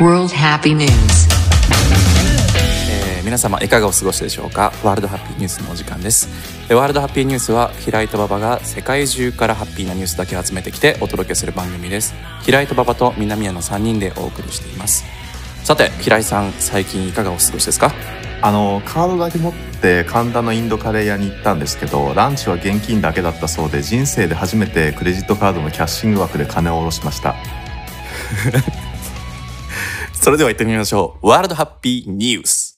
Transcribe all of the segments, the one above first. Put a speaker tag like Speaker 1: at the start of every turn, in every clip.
Speaker 1: World Happy News.
Speaker 2: えー皆様いかがお過ごしでしょうかワールドハッピーニュースのお時間ですえーワールドハッピーニュースは平井と馬場が世界中からハッピーなニュースだけ集めてきてお届けする番組です平井と馬場と南谷の3人でお送りしていますさて平井さん最近いかがお過ごしですか
Speaker 3: あのカードだけ持って神田のインドカレー屋に行ったんですけどランチは現金だけだったそうで人生で初めてクレジットカードのキャッシング枠で金を下ろしました
Speaker 2: それでは行ってみましょうワールドハッピーニュース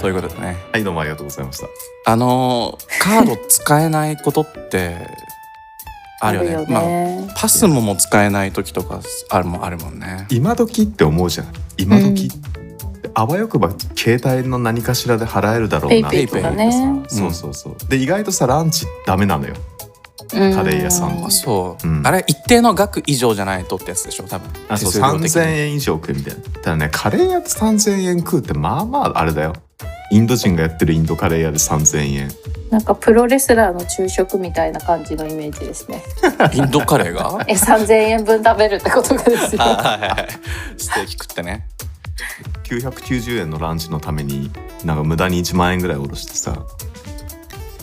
Speaker 2: ということでね
Speaker 3: はいどうもありがとうございました
Speaker 2: あのーカード使えないことって あるよねまあパスもも使えない時とかあるもんあるもんね
Speaker 3: 今時って思うじゃない今時、あわよくば携帯の何かしらで払えるだろうな
Speaker 2: ペイペイ
Speaker 4: とかね
Speaker 3: そうそうそうで意外とさランチダメなのよ
Speaker 4: うん
Speaker 3: カレー屋さん
Speaker 2: あ
Speaker 3: は
Speaker 2: そう、
Speaker 3: うん
Speaker 2: あれ一定の額以上じゃないとってやつでしょ多分
Speaker 3: あそう
Speaker 2: 手数料的
Speaker 3: 3000
Speaker 2: に
Speaker 3: 円以上食うみたいなただねカレー屋って3000円食うってまあまああれだよインド人がやってるインドカレー屋で3000円
Speaker 4: なんかプロレスラーの昼食みたいな感じのイメージですね。
Speaker 2: インドカレー が
Speaker 4: え、三千円分食べるってことがです よ。
Speaker 2: はいはいはいステーキ食ってね
Speaker 3: 990円のランチのためになんか無駄に1万円ぐらい下ろしてさ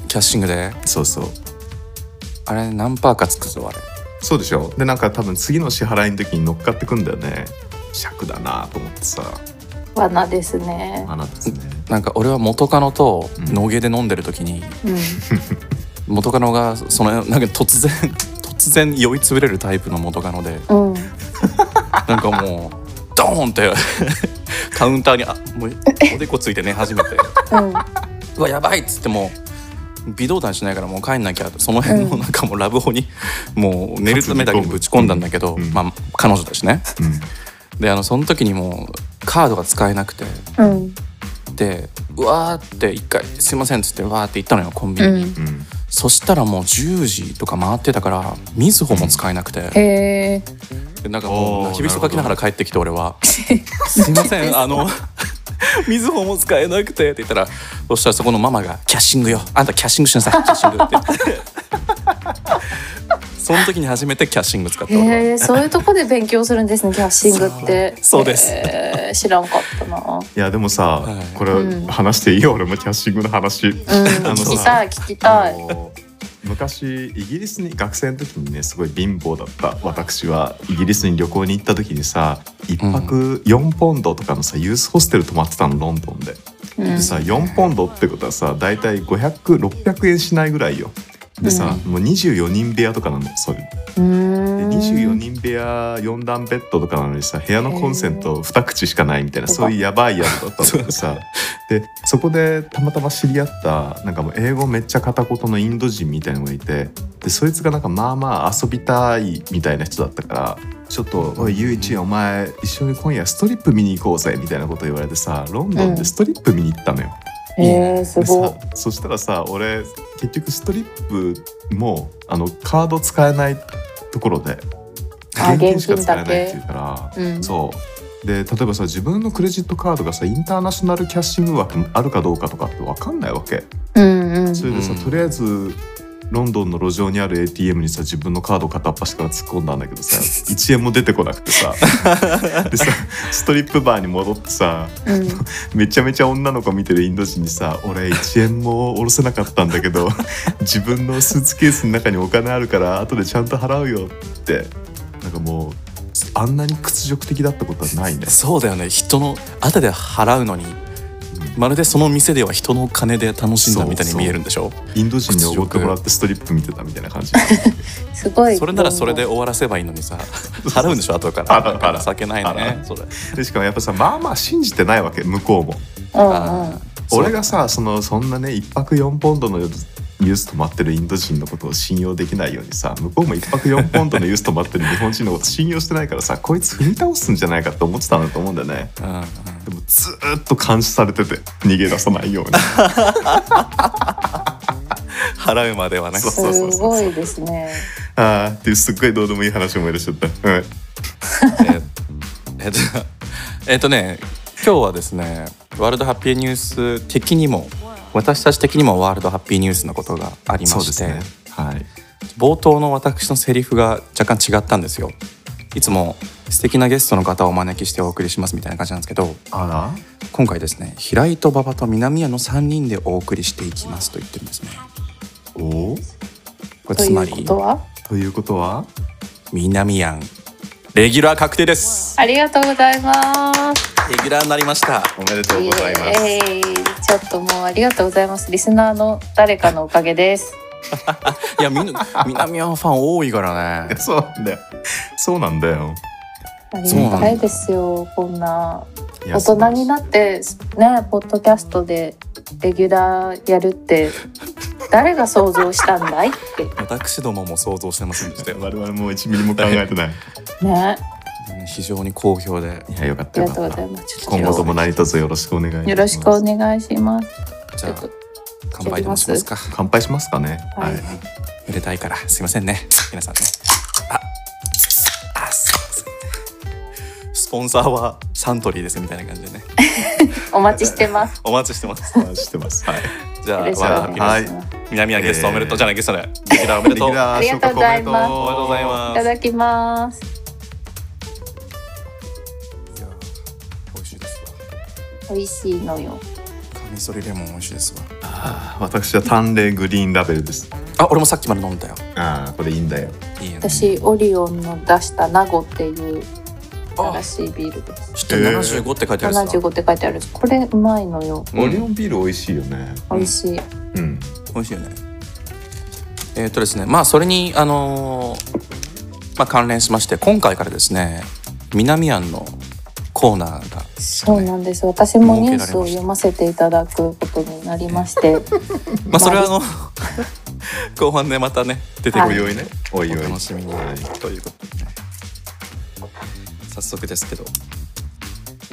Speaker 2: キャッシングで
Speaker 3: そうそう
Speaker 2: あれ何パーかつくぞあれ
Speaker 3: そうでしょでなんか多分次の支払いの時に乗っかってくんだよね尺だなと思ってさ
Speaker 4: 罠ですね。
Speaker 3: あなですね
Speaker 2: なんか俺は元カノと
Speaker 3: うん
Speaker 2: 農芸で飲んでる時に、
Speaker 4: うん。
Speaker 2: 元カノがそのなんか突然突然酔いつぶれるタイプの元カノで
Speaker 4: うん。
Speaker 2: なんかもう ドーンってカウンターにあもうおでこついて寝始め て。
Speaker 4: うん。
Speaker 2: うわやばいっつってもう微動だにしないからもう帰んなきゃってその辺のなんかもうラブホにもう寝るためだけにぶち込んだんだけど、
Speaker 3: うん
Speaker 2: まあ彼女だしねであのその時にもうカードが使えなくて
Speaker 4: うん。
Speaker 2: でうわーって一回「すいません」っつってわーって行ったのよコンビニに、
Speaker 4: ん。
Speaker 3: うんうん
Speaker 2: そしたらもう10時とか回ってたからみずほも使えなくて
Speaker 4: へえ。
Speaker 2: でなんかも
Speaker 3: お
Speaker 2: う
Speaker 3: ー
Speaker 2: 響きそかきながら帰ってきて俺 は「すいませんあのみずほも使えなくて」って言ったらそしたらそこのママが「キャッシングよあんたキャッシングしなさいキャッシング」って言って その時に初めてキャッシング使った俺
Speaker 4: へ
Speaker 2: は
Speaker 4: え、そういうとこで勉強するんですね。キャッシングって。
Speaker 2: そうそうです
Speaker 4: へー知らんかったな。
Speaker 3: いやでもさ、
Speaker 2: はい
Speaker 3: これ
Speaker 4: うん
Speaker 3: 話していいよ俺もキャッシングの話、
Speaker 4: うん。
Speaker 3: あのさ
Speaker 4: 聞きたい、聞きた
Speaker 3: あ
Speaker 4: い。
Speaker 3: の昔イギリスに学生の時にねすごい貧乏だった私はイギリスに旅行に行った時にさ1泊4ポンドとかのさユースホステル泊まってたのロンドンで。
Speaker 4: うん
Speaker 3: でさ4ポンドってことはさ大体500600円しないぐらいよでさ、もう24人部屋とかなのそういうの
Speaker 4: うーん
Speaker 3: で24人部屋4段ベッドとかなのにさ部屋のコンセント2口しかないみたいなそういうやばいやつだったんだけどさでそこでたまたま知り合ったなんかもう英語めっちゃ片言のインド人みたいのがいてでそいつがなんかまあまあ遊びたいみたいな人だったからちょっと「おいゆういちお前一緒に今夜ストリップ見に行こうぜ」みたいなこと言われてさロンドンでストリップ見に行ったのよ。
Speaker 4: へえ、す
Speaker 3: で
Speaker 4: ごい
Speaker 3: さ。そしたらさ俺結局ストリップもあのカード使えないところで
Speaker 4: あ
Speaker 3: 現金しか使えないっていうから、
Speaker 4: うん。
Speaker 3: そうで例えばさ自分のクレジットカードがさインターナショナルキャッシング枠あるかどうかとかって分かんないわけ
Speaker 4: うん。うん。
Speaker 3: それでさ、
Speaker 2: うん
Speaker 3: とりあえずロンドンの路上にある ATM にさ自分のカードを片っ端から突っ込んだんだけどさ1円も出てこなくてさでさストリップバーに戻ってさ
Speaker 4: うん。
Speaker 3: めちゃめちゃ女の子見てるインド人にさ俺1円も下ろせなかったんだけど自分のスーツケースの中にお金あるから後でちゃんと払うよってなんかもうあんなに屈辱的だったことはないね
Speaker 2: そうだよね人の後で払うのにまるでその店では人の金で楽しんだみたいに見えるんでしょ
Speaker 3: インド人におごってもらってストリップ見てたみたいな感じ
Speaker 4: すごい。
Speaker 2: それならそれで終わらせばいいのに さ 払うんでしょ後から
Speaker 3: 払う
Speaker 2: だから
Speaker 3: 払
Speaker 2: 情けないね
Speaker 3: 払う
Speaker 2: それ
Speaker 3: でしかもやっぱさまあまあ信じてないわけ向こうも
Speaker 4: うん。うん
Speaker 2: あ。ー
Speaker 3: 俺がさそのそんなね1泊4ポンドのユース泊まってるインド人のことを信用できないようにさ向こうも1泊4ポンドのユース泊まってる日本人のこと信用してないからさこいつ踏み倒すんじゃないかって思ってたんだと思うんだよね
Speaker 2: うんうん
Speaker 3: でもずーっと監視されてて逃げ出さないよ うに
Speaker 2: 払うまではね
Speaker 3: そう
Speaker 4: す
Speaker 3: そうそうそう
Speaker 4: ごいですね。
Speaker 3: ああっていうすっごいどうでもいい話を思い出しちゃった、うん、
Speaker 2: ええっと、 えっとね、今日はですね、ワールドハッピーニュース的にも、私たち的にもワールドハッピーニュースのことがありまして、
Speaker 3: はい
Speaker 2: ちょ冒頭の私のセリフが若干違ったんですよいつも素敵なゲストの方をお招きしてお送りしますみたいな感じなんですけど
Speaker 3: あ
Speaker 2: 今回ですね平井と馬場と南谷の3人でお送りしていきますと言ってるんですね
Speaker 3: らお
Speaker 2: これ
Speaker 4: と
Speaker 2: つま
Speaker 4: いう
Speaker 2: り
Speaker 4: ことは
Speaker 3: ということは
Speaker 2: 南谷レギュラー確定です
Speaker 4: ありがとうございます。
Speaker 2: レギュラーになりました
Speaker 3: おめでとうございます
Speaker 4: イエーイちょっともうありがとうございます。リスナーの誰かのおかげです。
Speaker 2: いやみんな南谷ファン多いからね
Speaker 3: そうなんだよそうなんだよ
Speaker 4: ありがたいですよ。こんな大人にな
Speaker 3: っ
Speaker 4: ってねポッドキャストでレギュラーやるって誰が想像したんだいって
Speaker 2: 私どもも想像してませんでしたよ
Speaker 3: 我々もう1ミリも考えてない
Speaker 4: ね。
Speaker 2: 非常に好評で
Speaker 3: いやよかっ
Speaker 4: あ
Speaker 3: た
Speaker 4: り
Speaker 3: よ
Speaker 4: がと
Speaker 3: か
Speaker 4: う
Speaker 3: った
Speaker 4: ございます。ちょっ
Speaker 3: 今後とも何卒よろしくお願いいたします
Speaker 4: よろしくお願いします。
Speaker 2: じ
Speaker 4: ちょ
Speaker 2: ゃ
Speaker 4: っ
Speaker 2: あ
Speaker 4: と
Speaker 2: 乾杯でもしますか
Speaker 3: 乾杯しますかね
Speaker 4: は
Speaker 3: はい い、
Speaker 2: めでたいからすいませんね皆さんねああすいませんスポンサーはサントリーですみたいな感じ でね
Speaker 4: お待ちしてます。
Speaker 2: お待ちしてます
Speaker 3: お待ちしてますはい
Speaker 2: じゃあわ
Speaker 4: よろしくお
Speaker 2: ら
Speaker 4: 願
Speaker 2: ハ
Speaker 4: い
Speaker 2: ピネス
Speaker 3: は
Speaker 4: します。
Speaker 3: い
Speaker 2: 南谷ゲストおめでとう
Speaker 3: えー
Speaker 2: じゃないゲストでレギュラーおめでとう
Speaker 4: ありがとうございます
Speaker 2: おめでとうございます
Speaker 4: いただきます。
Speaker 2: いや美味しいですわ
Speaker 4: 美味しいのよ。
Speaker 2: カミソリレモン美味しいですわ
Speaker 3: あー私は淡麗グリーンラベルです
Speaker 2: あ俺もさっきまで飲んだよ
Speaker 3: ああこれいいんだよ
Speaker 2: いいよね
Speaker 4: 私オリオンの出したナゴっていう
Speaker 2: あ
Speaker 4: 新しいビールです。
Speaker 2: 知ってる
Speaker 3: えー
Speaker 2: 75って書いてあるやつだ
Speaker 4: 七十五って書いてある。これうまいのよ。
Speaker 2: うん
Speaker 3: オリオンビール美味しいよね
Speaker 4: 美味しい。
Speaker 3: うん
Speaker 2: 美味しいよねえっ、とですねまあそれにあのーまあ関連しまして今回からですね南庵のコーナーが
Speaker 4: そうなんです。私もニュー
Speaker 2: 設け
Speaker 4: ス
Speaker 2: られ
Speaker 4: を
Speaker 2: ました
Speaker 4: 読ませていただくことになりまして、
Speaker 2: まあそれはあの 後半でまたね出てく
Speaker 4: は
Speaker 3: お
Speaker 2: る
Speaker 3: いおいねおい
Speaker 2: お
Speaker 3: おい
Speaker 2: 楽しみに
Speaker 3: はい
Speaker 2: ということでね早速ですけど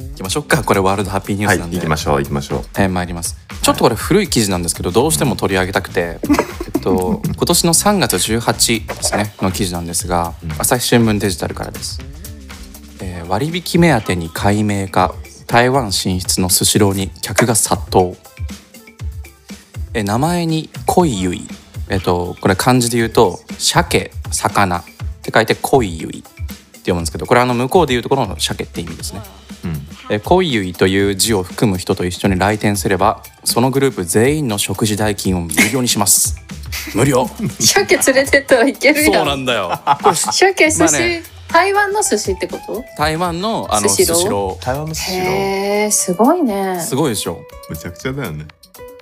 Speaker 2: 行きましょうかこれワールドハッピーニュー
Speaker 3: は
Speaker 2: ス
Speaker 3: い
Speaker 2: なんで、
Speaker 3: 行きましょう行きましょう
Speaker 2: えー参りますちょっとこれ古い記事なんですけどどうしても取り上げたくて、えっと、今年の3月18ですねの記事なんですが
Speaker 3: うん
Speaker 2: 朝日新聞デジタルからです、えー割引目当てに改名化台湾進出のスシローに客が殺到、えー名前に「恋ゆい」えっとこれ漢字で言うと「鮭魚」って書いて「恋ゆい」って読むんですけどこれあの向こうで言うところの鮭って意味ですね
Speaker 3: うん
Speaker 2: えー恋ゆいという字を含む人と一緒に来店すればそのグループ全員の食事代金を無料にします 無料
Speaker 4: 鮭連れてったらいける
Speaker 2: そう
Speaker 4: や。
Speaker 2: なんんだよ
Speaker 4: 鮭寿司、
Speaker 2: まあね
Speaker 4: 台湾の寿司ってこと？
Speaker 2: 台湾のあの
Speaker 4: スシロー
Speaker 2: スシロ
Speaker 3: 台湾のスシロー
Speaker 4: へえ、すごいね
Speaker 2: ー。すごいでしょ
Speaker 3: むちゃくちゃだよね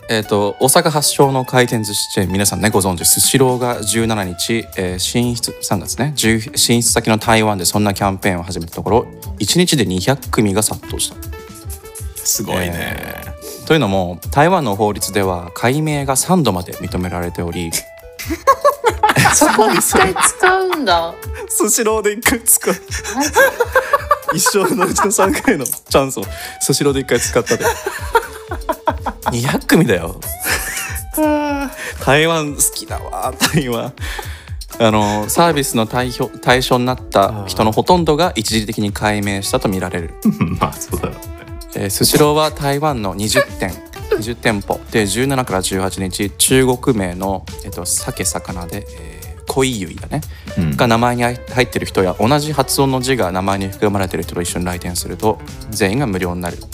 Speaker 2: えっ、と大阪発祥の回転寿司チェーン皆さんねご存知スシローが17日、えー進出3月ね10進出先の台湾でそんなキャンペーンを始めたところ1日で200組が殺到した
Speaker 3: す
Speaker 2: ごいねというのも台湾の法律では改名が3度まで認められており
Speaker 4: そこ一回使う んだ。
Speaker 2: スシローで一回使う一生のうちの3回のチャンスをスシローで一回使ったで200組だよ台湾好きだわ台湾あのサービスの対象対象になった人のほとんどが一時的に改名したとみられる
Speaker 3: まあそうだろうね
Speaker 2: えースシローは台湾の20店20店舗で17から18日中国名の、えっと、鮭魚で、えー、恋ゆいだね、
Speaker 3: うん
Speaker 2: が名前に入入ってる人や同じ発音の字が名前に含まれてる人と一緒に来店すると全員が無料になると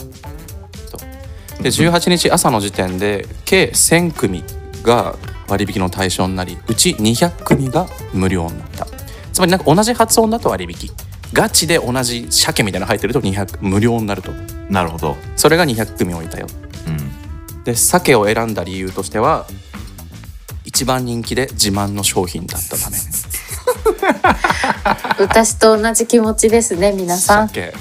Speaker 2: で18日朝の時点で計1000組が割引の対象になりうち200組が無料になったつまりなんか同じ発音だと割引ガチで同じ鮭みたいなの入ってると200無料になると
Speaker 3: なるほど
Speaker 2: それが200組置いたよ
Speaker 3: うん
Speaker 2: で鮭を選んだ理由としては一番人気で自慢の商品だったため
Speaker 4: 私と同じ気持ちですね、皆さん。
Speaker 2: 鮭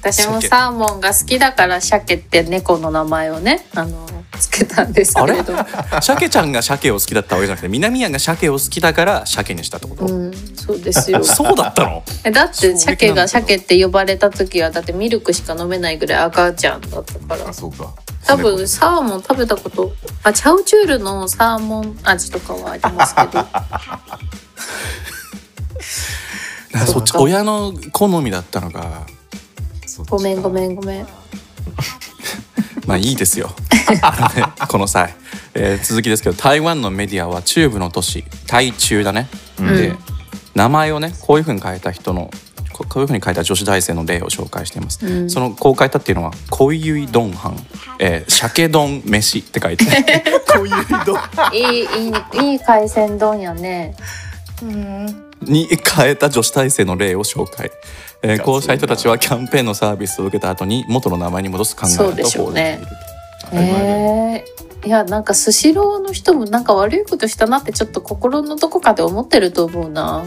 Speaker 4: 私もサーモンが好きだから鮭って猫の名前をねあのつけたんですけれど
Speaker 2: 鮭ちゃんが鮭を好きだったわけじゃなくて南谷が鮭を好きだから鮭にしたってこと、
Speaker 4: うんそうで すよ
Speaker 2: そうだったの
Speaker 4: えだって
Speaker 2: 衝撃な
Speaker 4: 鮭
Speaker 2: んだけど
Speaker 4: が鮭って呼ばれた時はだってミルクしか飲めないぐらい赤ちゃんだったから
Speaker 3: あそうか
Speaker 4: 多分サーモン食べたことあチャウチュールのサーモン味とかはありますけ ど
Speaker 2: あそっち
Speaker 4: そう
Speaker 2: 親の好みだったのか
Speaker 4: ごめんご
Speaker 3: ん
Speaker 4: めんごめん
Speaker 2: まあいいですよ あのねこの際えー続きですけど台湾のメディアは中部の都市台中だね、
Speaker 3: うん
Speaker 2: で名前をねこういうふうに変えた人のここういうふうに変えた女子大生の例を紹介しています、
Speaker 4: うん
Speaker 2: そのこう変えたっていうのは「恋ゆい丼飯」えー「鮭丼飯」って書い て
Speaker 3: こういう色
Speaker 4: いいいいいい海鮮丼やね。
Speaker 1: うん
Speaker 2: に変えた女子大生の例を紹介、えーこうした人たちはキャンペーンのサービスを受けた後に元の名前に戻す考えだと
Speaker 4: そうでしょうね
Speaker 2: 報じている
Speaker 4: ええいやなんかスシローの人もなんか悪いことしたなってちょっと心のどこかで思ってると思うな。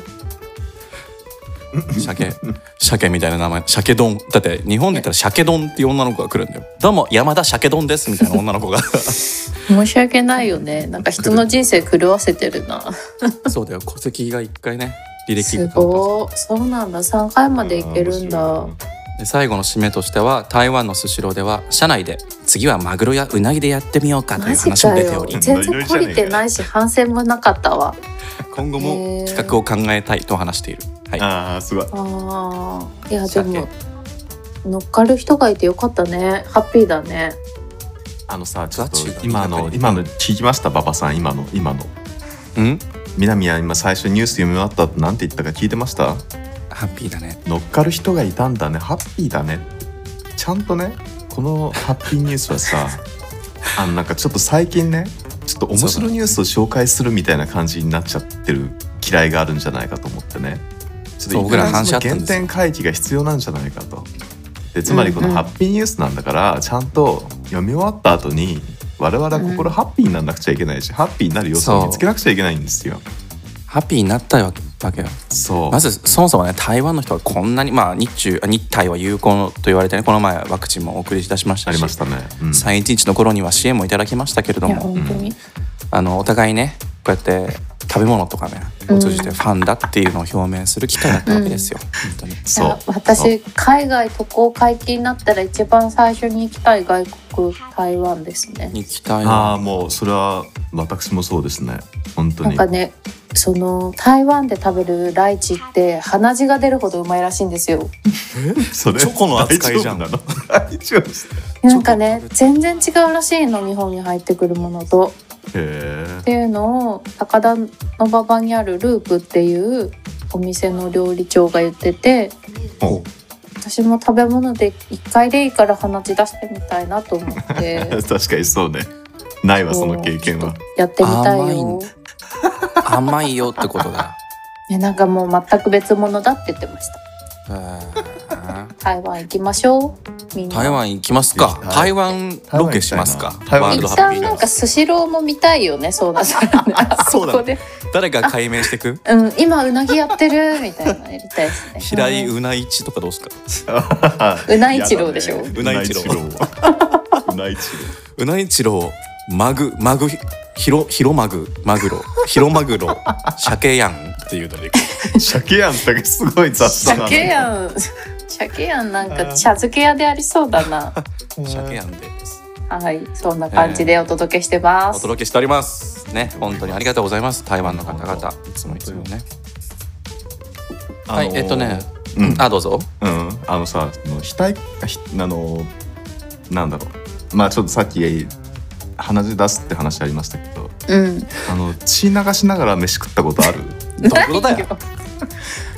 Speaker 2: 鮭鮭みたいな名前鮭丼だって日本で言ったら鮭丼っていう女の子が来るんだよどうも山田鮭丼ですみたいな女の子が
Speaker 4: 申し訳ないよね。なんか人の人生狂わせてるな。
Speaker 2: そうだよ戸籍が一回ね履歴
Speaker 4: す
Speaker 2: が変わっ
Speaker 4: ごい。そうなんだ。3回までいけるんだ。
Speaker 2: たで最後の締めとしては台湾のスシローでは社内で次はマグロやウナギでやってみようかと
Speaker 4: マ
Speaker 2: いう
Speaker 4: ジ
Speaker 2: 話も
Speaker 4: か
Speaker 2: 出て
Speaker 4: よ
Speaker 2: お。り
Speaker 3: ジ
Speaker 4: 全然懲りてないし反省もなかったわ。
Speaker 2: 今後
Speaker 4: へ
Speaker 2: も
Speaker 4: ー
Speaker 2: 企画を考えたいと話しているはい
Speaker 3: ああすごい
Speaker 4: ああいやでも乗っかる人がいてよかったね。ハッピーだね。
Speaker 3: あのさちょっと
Speaker 2: ガチ
Speaker 3: 今の今の聞きました馬場さん今の今の
Speaker 2: うん
Speaker 3: 南は今最初ニュース読み終わった後なんて言ったか聞いてました
Speaker 2: ハッピーだね
Speaker 3: 乗っかる人がいたんだねハッピーだねちゃんとねこのハッピーニュース はさあのなんかちょっと最近ねちょっと面白いニュースを紹介するみたいな感じになっちゃってる嫌いがあるんじゃないかと思ってねちょっと
Speaker 2: そう僕ら
Speaker 3: 一旦
Speaker 2: 反省あった
Speaker 3: 原
Speaker 2: んですよ
Speaker 3: 点回帰が必要なんじゃないかとでつまりこ
Speaker 4: う
Speaker 3: の
Speaker 4: んうん
Speaker 3: ハッピーニュースなんだから、ちゃんと読み終わった後に我々は心ハッピーにならなくちゃいけないし、ハッピーになる要素を見つけなくちゃいけないんですよ
Speaker 2: ハッピーになったわけよ
Speaker 3: そう
Speaker 2: まずそもそもね台湾の人はこんなにまあ日中あ日台は有効と言われてねこの前ワクチンもお送り出しまし
Speaker 3: あ
Speaker 2: た
Speaker 3: り
Speaker 2: し
Speaker 3: ましたね、うん
Speaker 2: 311の頃には支援もいただきましたけれど
Speaker 4: いや
Speaker 2: も
Speaker 4: 本当に。
Speaker 2: あのお互いねこうやって食べ物とかね
Speaker 4: うん
Speaker 2: を通じてファンだっていうのを表明する機会だったわけですよ、本当に
Speaker 4: いや私海外渡航解禁になったら一番最初に行きたい外国台湾ですね。
Speaker 2: 行きたい
Speaker 3: あ
Speaker 2: な
Speaker 3: あもうそれは私もそうですね本当
Speaker 4: なん
Speaker 3: に
Speaker 4: かねその台湾で食べるライチって鼻血が出るほどうまいらしいんですよ。
Speaker 3: それ
Speaker 2: チョコの扱いじゃん
Speaker 3: 大丈夫なの 大丈夫です
Speaker 4: なんかね全然違うらしいの日本に入ってくるものと。
Speaker 3: へ
Speaker 4: っていうのを高田馬場にあるループっていうお店の料理長が言ってて
Speaker 3: えも
Speaker 4: 私も食べ物で1回でいいから鼻血出してみたいなと思って
Speaker 3: う確かにそうねないわその経験は
Speaker 4: こうやってみたい
Speaker 2: 甘いん
Speaker 4: よ
Speaker 2: だ甘いよってことだ
Speaker 4: いやなんかもう全く別物だって言ってました
Speaker 2: へー
Speaker 4: 台湾行きましょうみんな
Speaker 2: 台湾行きますか
Speaker 3: 行きたい
Speaker 2: 台湾ロケしますか
Speaker 3: 台湾
Speaker 2: ワー
Speaker 3: 行
Speaker 2: ルド
Speaker 3: き
Speaker 4: 一
Speaker 2: ハッ
Speaker 4: 旦
Speaker 2: ピー
Speaker 4: なんかスシローも見たいよねそうだからね
Speaker 2: そうだ
Speaker 4: ここで
Speaker 2: 誰が解明していく
Speaker 4: うん今うなぎやってるみたいなのやりたいですね
Speaker 2: 平井うな一とかどうですか
Speaker 4: うな一郎でしょ
Speaker 3: やだね
Speaker 2: うな一郎
Speaker 3: う な一
Speaker 2: うな一郎マグマグひろひろマグマグロひろマグ ロ鮭やんっていうので
Speaker 3: 郎鮭やんってすごい雑だな
Speaker 4: 鮭やん鮭やんなんか茶漬け屋でありそうだな
Speaker 2: 鮭やんで
Speaker 4: はい、そんな感じでお届けしてま
Speaker 2: お
Speaker 4: す。
Speaker 2: 届けしておりますね本当にありがとうございます台湾の方々いつもいつもね
Speaker 3: あの
Speaker 2: はいえっとね
Speaker 3: うん
Speaker 2: あどうぞ
Speaker 3: うん、あのさその額ひあのなんだろうまあちょっとさっき鼻血出すって話ありましたけど
Speaker 4: うん。
Speaker 3: あの血流しながら飯食ったことある
Speaker 2: どういうこと だよど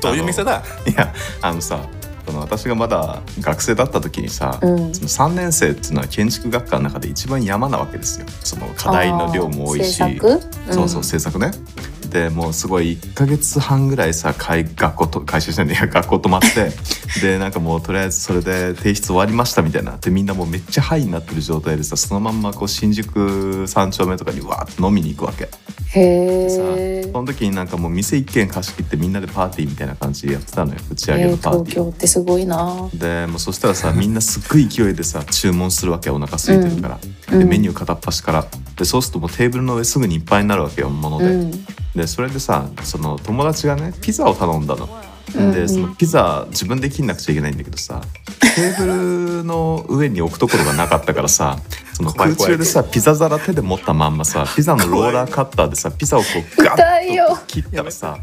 Speaker 3: ど
Speaker 2: う
Speaker 3: う
Speaker 2: い
Speaker 3: いうう
Speaker 2: 店
Speaker 3: 店
Speaker 2: だ
Speaker 3: いやあのさその私がまだ学生だった時にさ、
Speaker 4: うん
Speaker 3: その3年生っていうのは建築学科の中で一番山なわけですよその課題の量も多いし
Speaker 4: 制作
Speaker 3: そうそう制作ね、でもうすごい1ヶ月半ぐらいさ会学校と回収してんねいや 学校泊まって でなんかもうとりあえずそれで提出終わりましたみたいなでみんなもうめっちゃハイになってる状態でさそのまんまこう新宿三丁目とかにわーっと飲みに行くわけ。
Speaker 4: うんへえ
Speaker 3: そ。の時になんかもう店一軒貸し切ってみんなでパーティーみたいな感じでやってたのよ打ち上げ
Speaker 4: え
Speaker 3: の
Speaker 4: ー
Speaker 3: パー
Speaker 4: 東
Speaker 3: ティー
Speaker 4: 京ってすごいな。
Speaker 3: でもうそしたらさみんなすっごい勢いでさ注文するわけお腹空いてるから、
Speaker 4: うん
Speaker 3: でメニュー片っ端からでそうするともうテーブルの上すぐにいっぱいになるわけよもの
Speaker 4: う
Speaker 3: で、
Speaker 4: ん。
Speaker 3: でそれでさその友達がねピザを頼んだの。
Speaker 4: うんう
Speaker 3: で
Speaker 4: ん
Speaker 3: そのピザ自分で切んなくちゃいけないんだけどさテーブルの上に置くところがなかったからさその
Speaker 2: 怖い
Speaker 3: 空
Speaker 2: 怖い
Speaker 3: 中でさピザ皿手で持ったまんまさピザのローラーカッターでさピザをこ うガ
Speaker 4: 痛い
Speaker 3: ッ
Speaker 4: よ
Speaker 3: と切ったらさ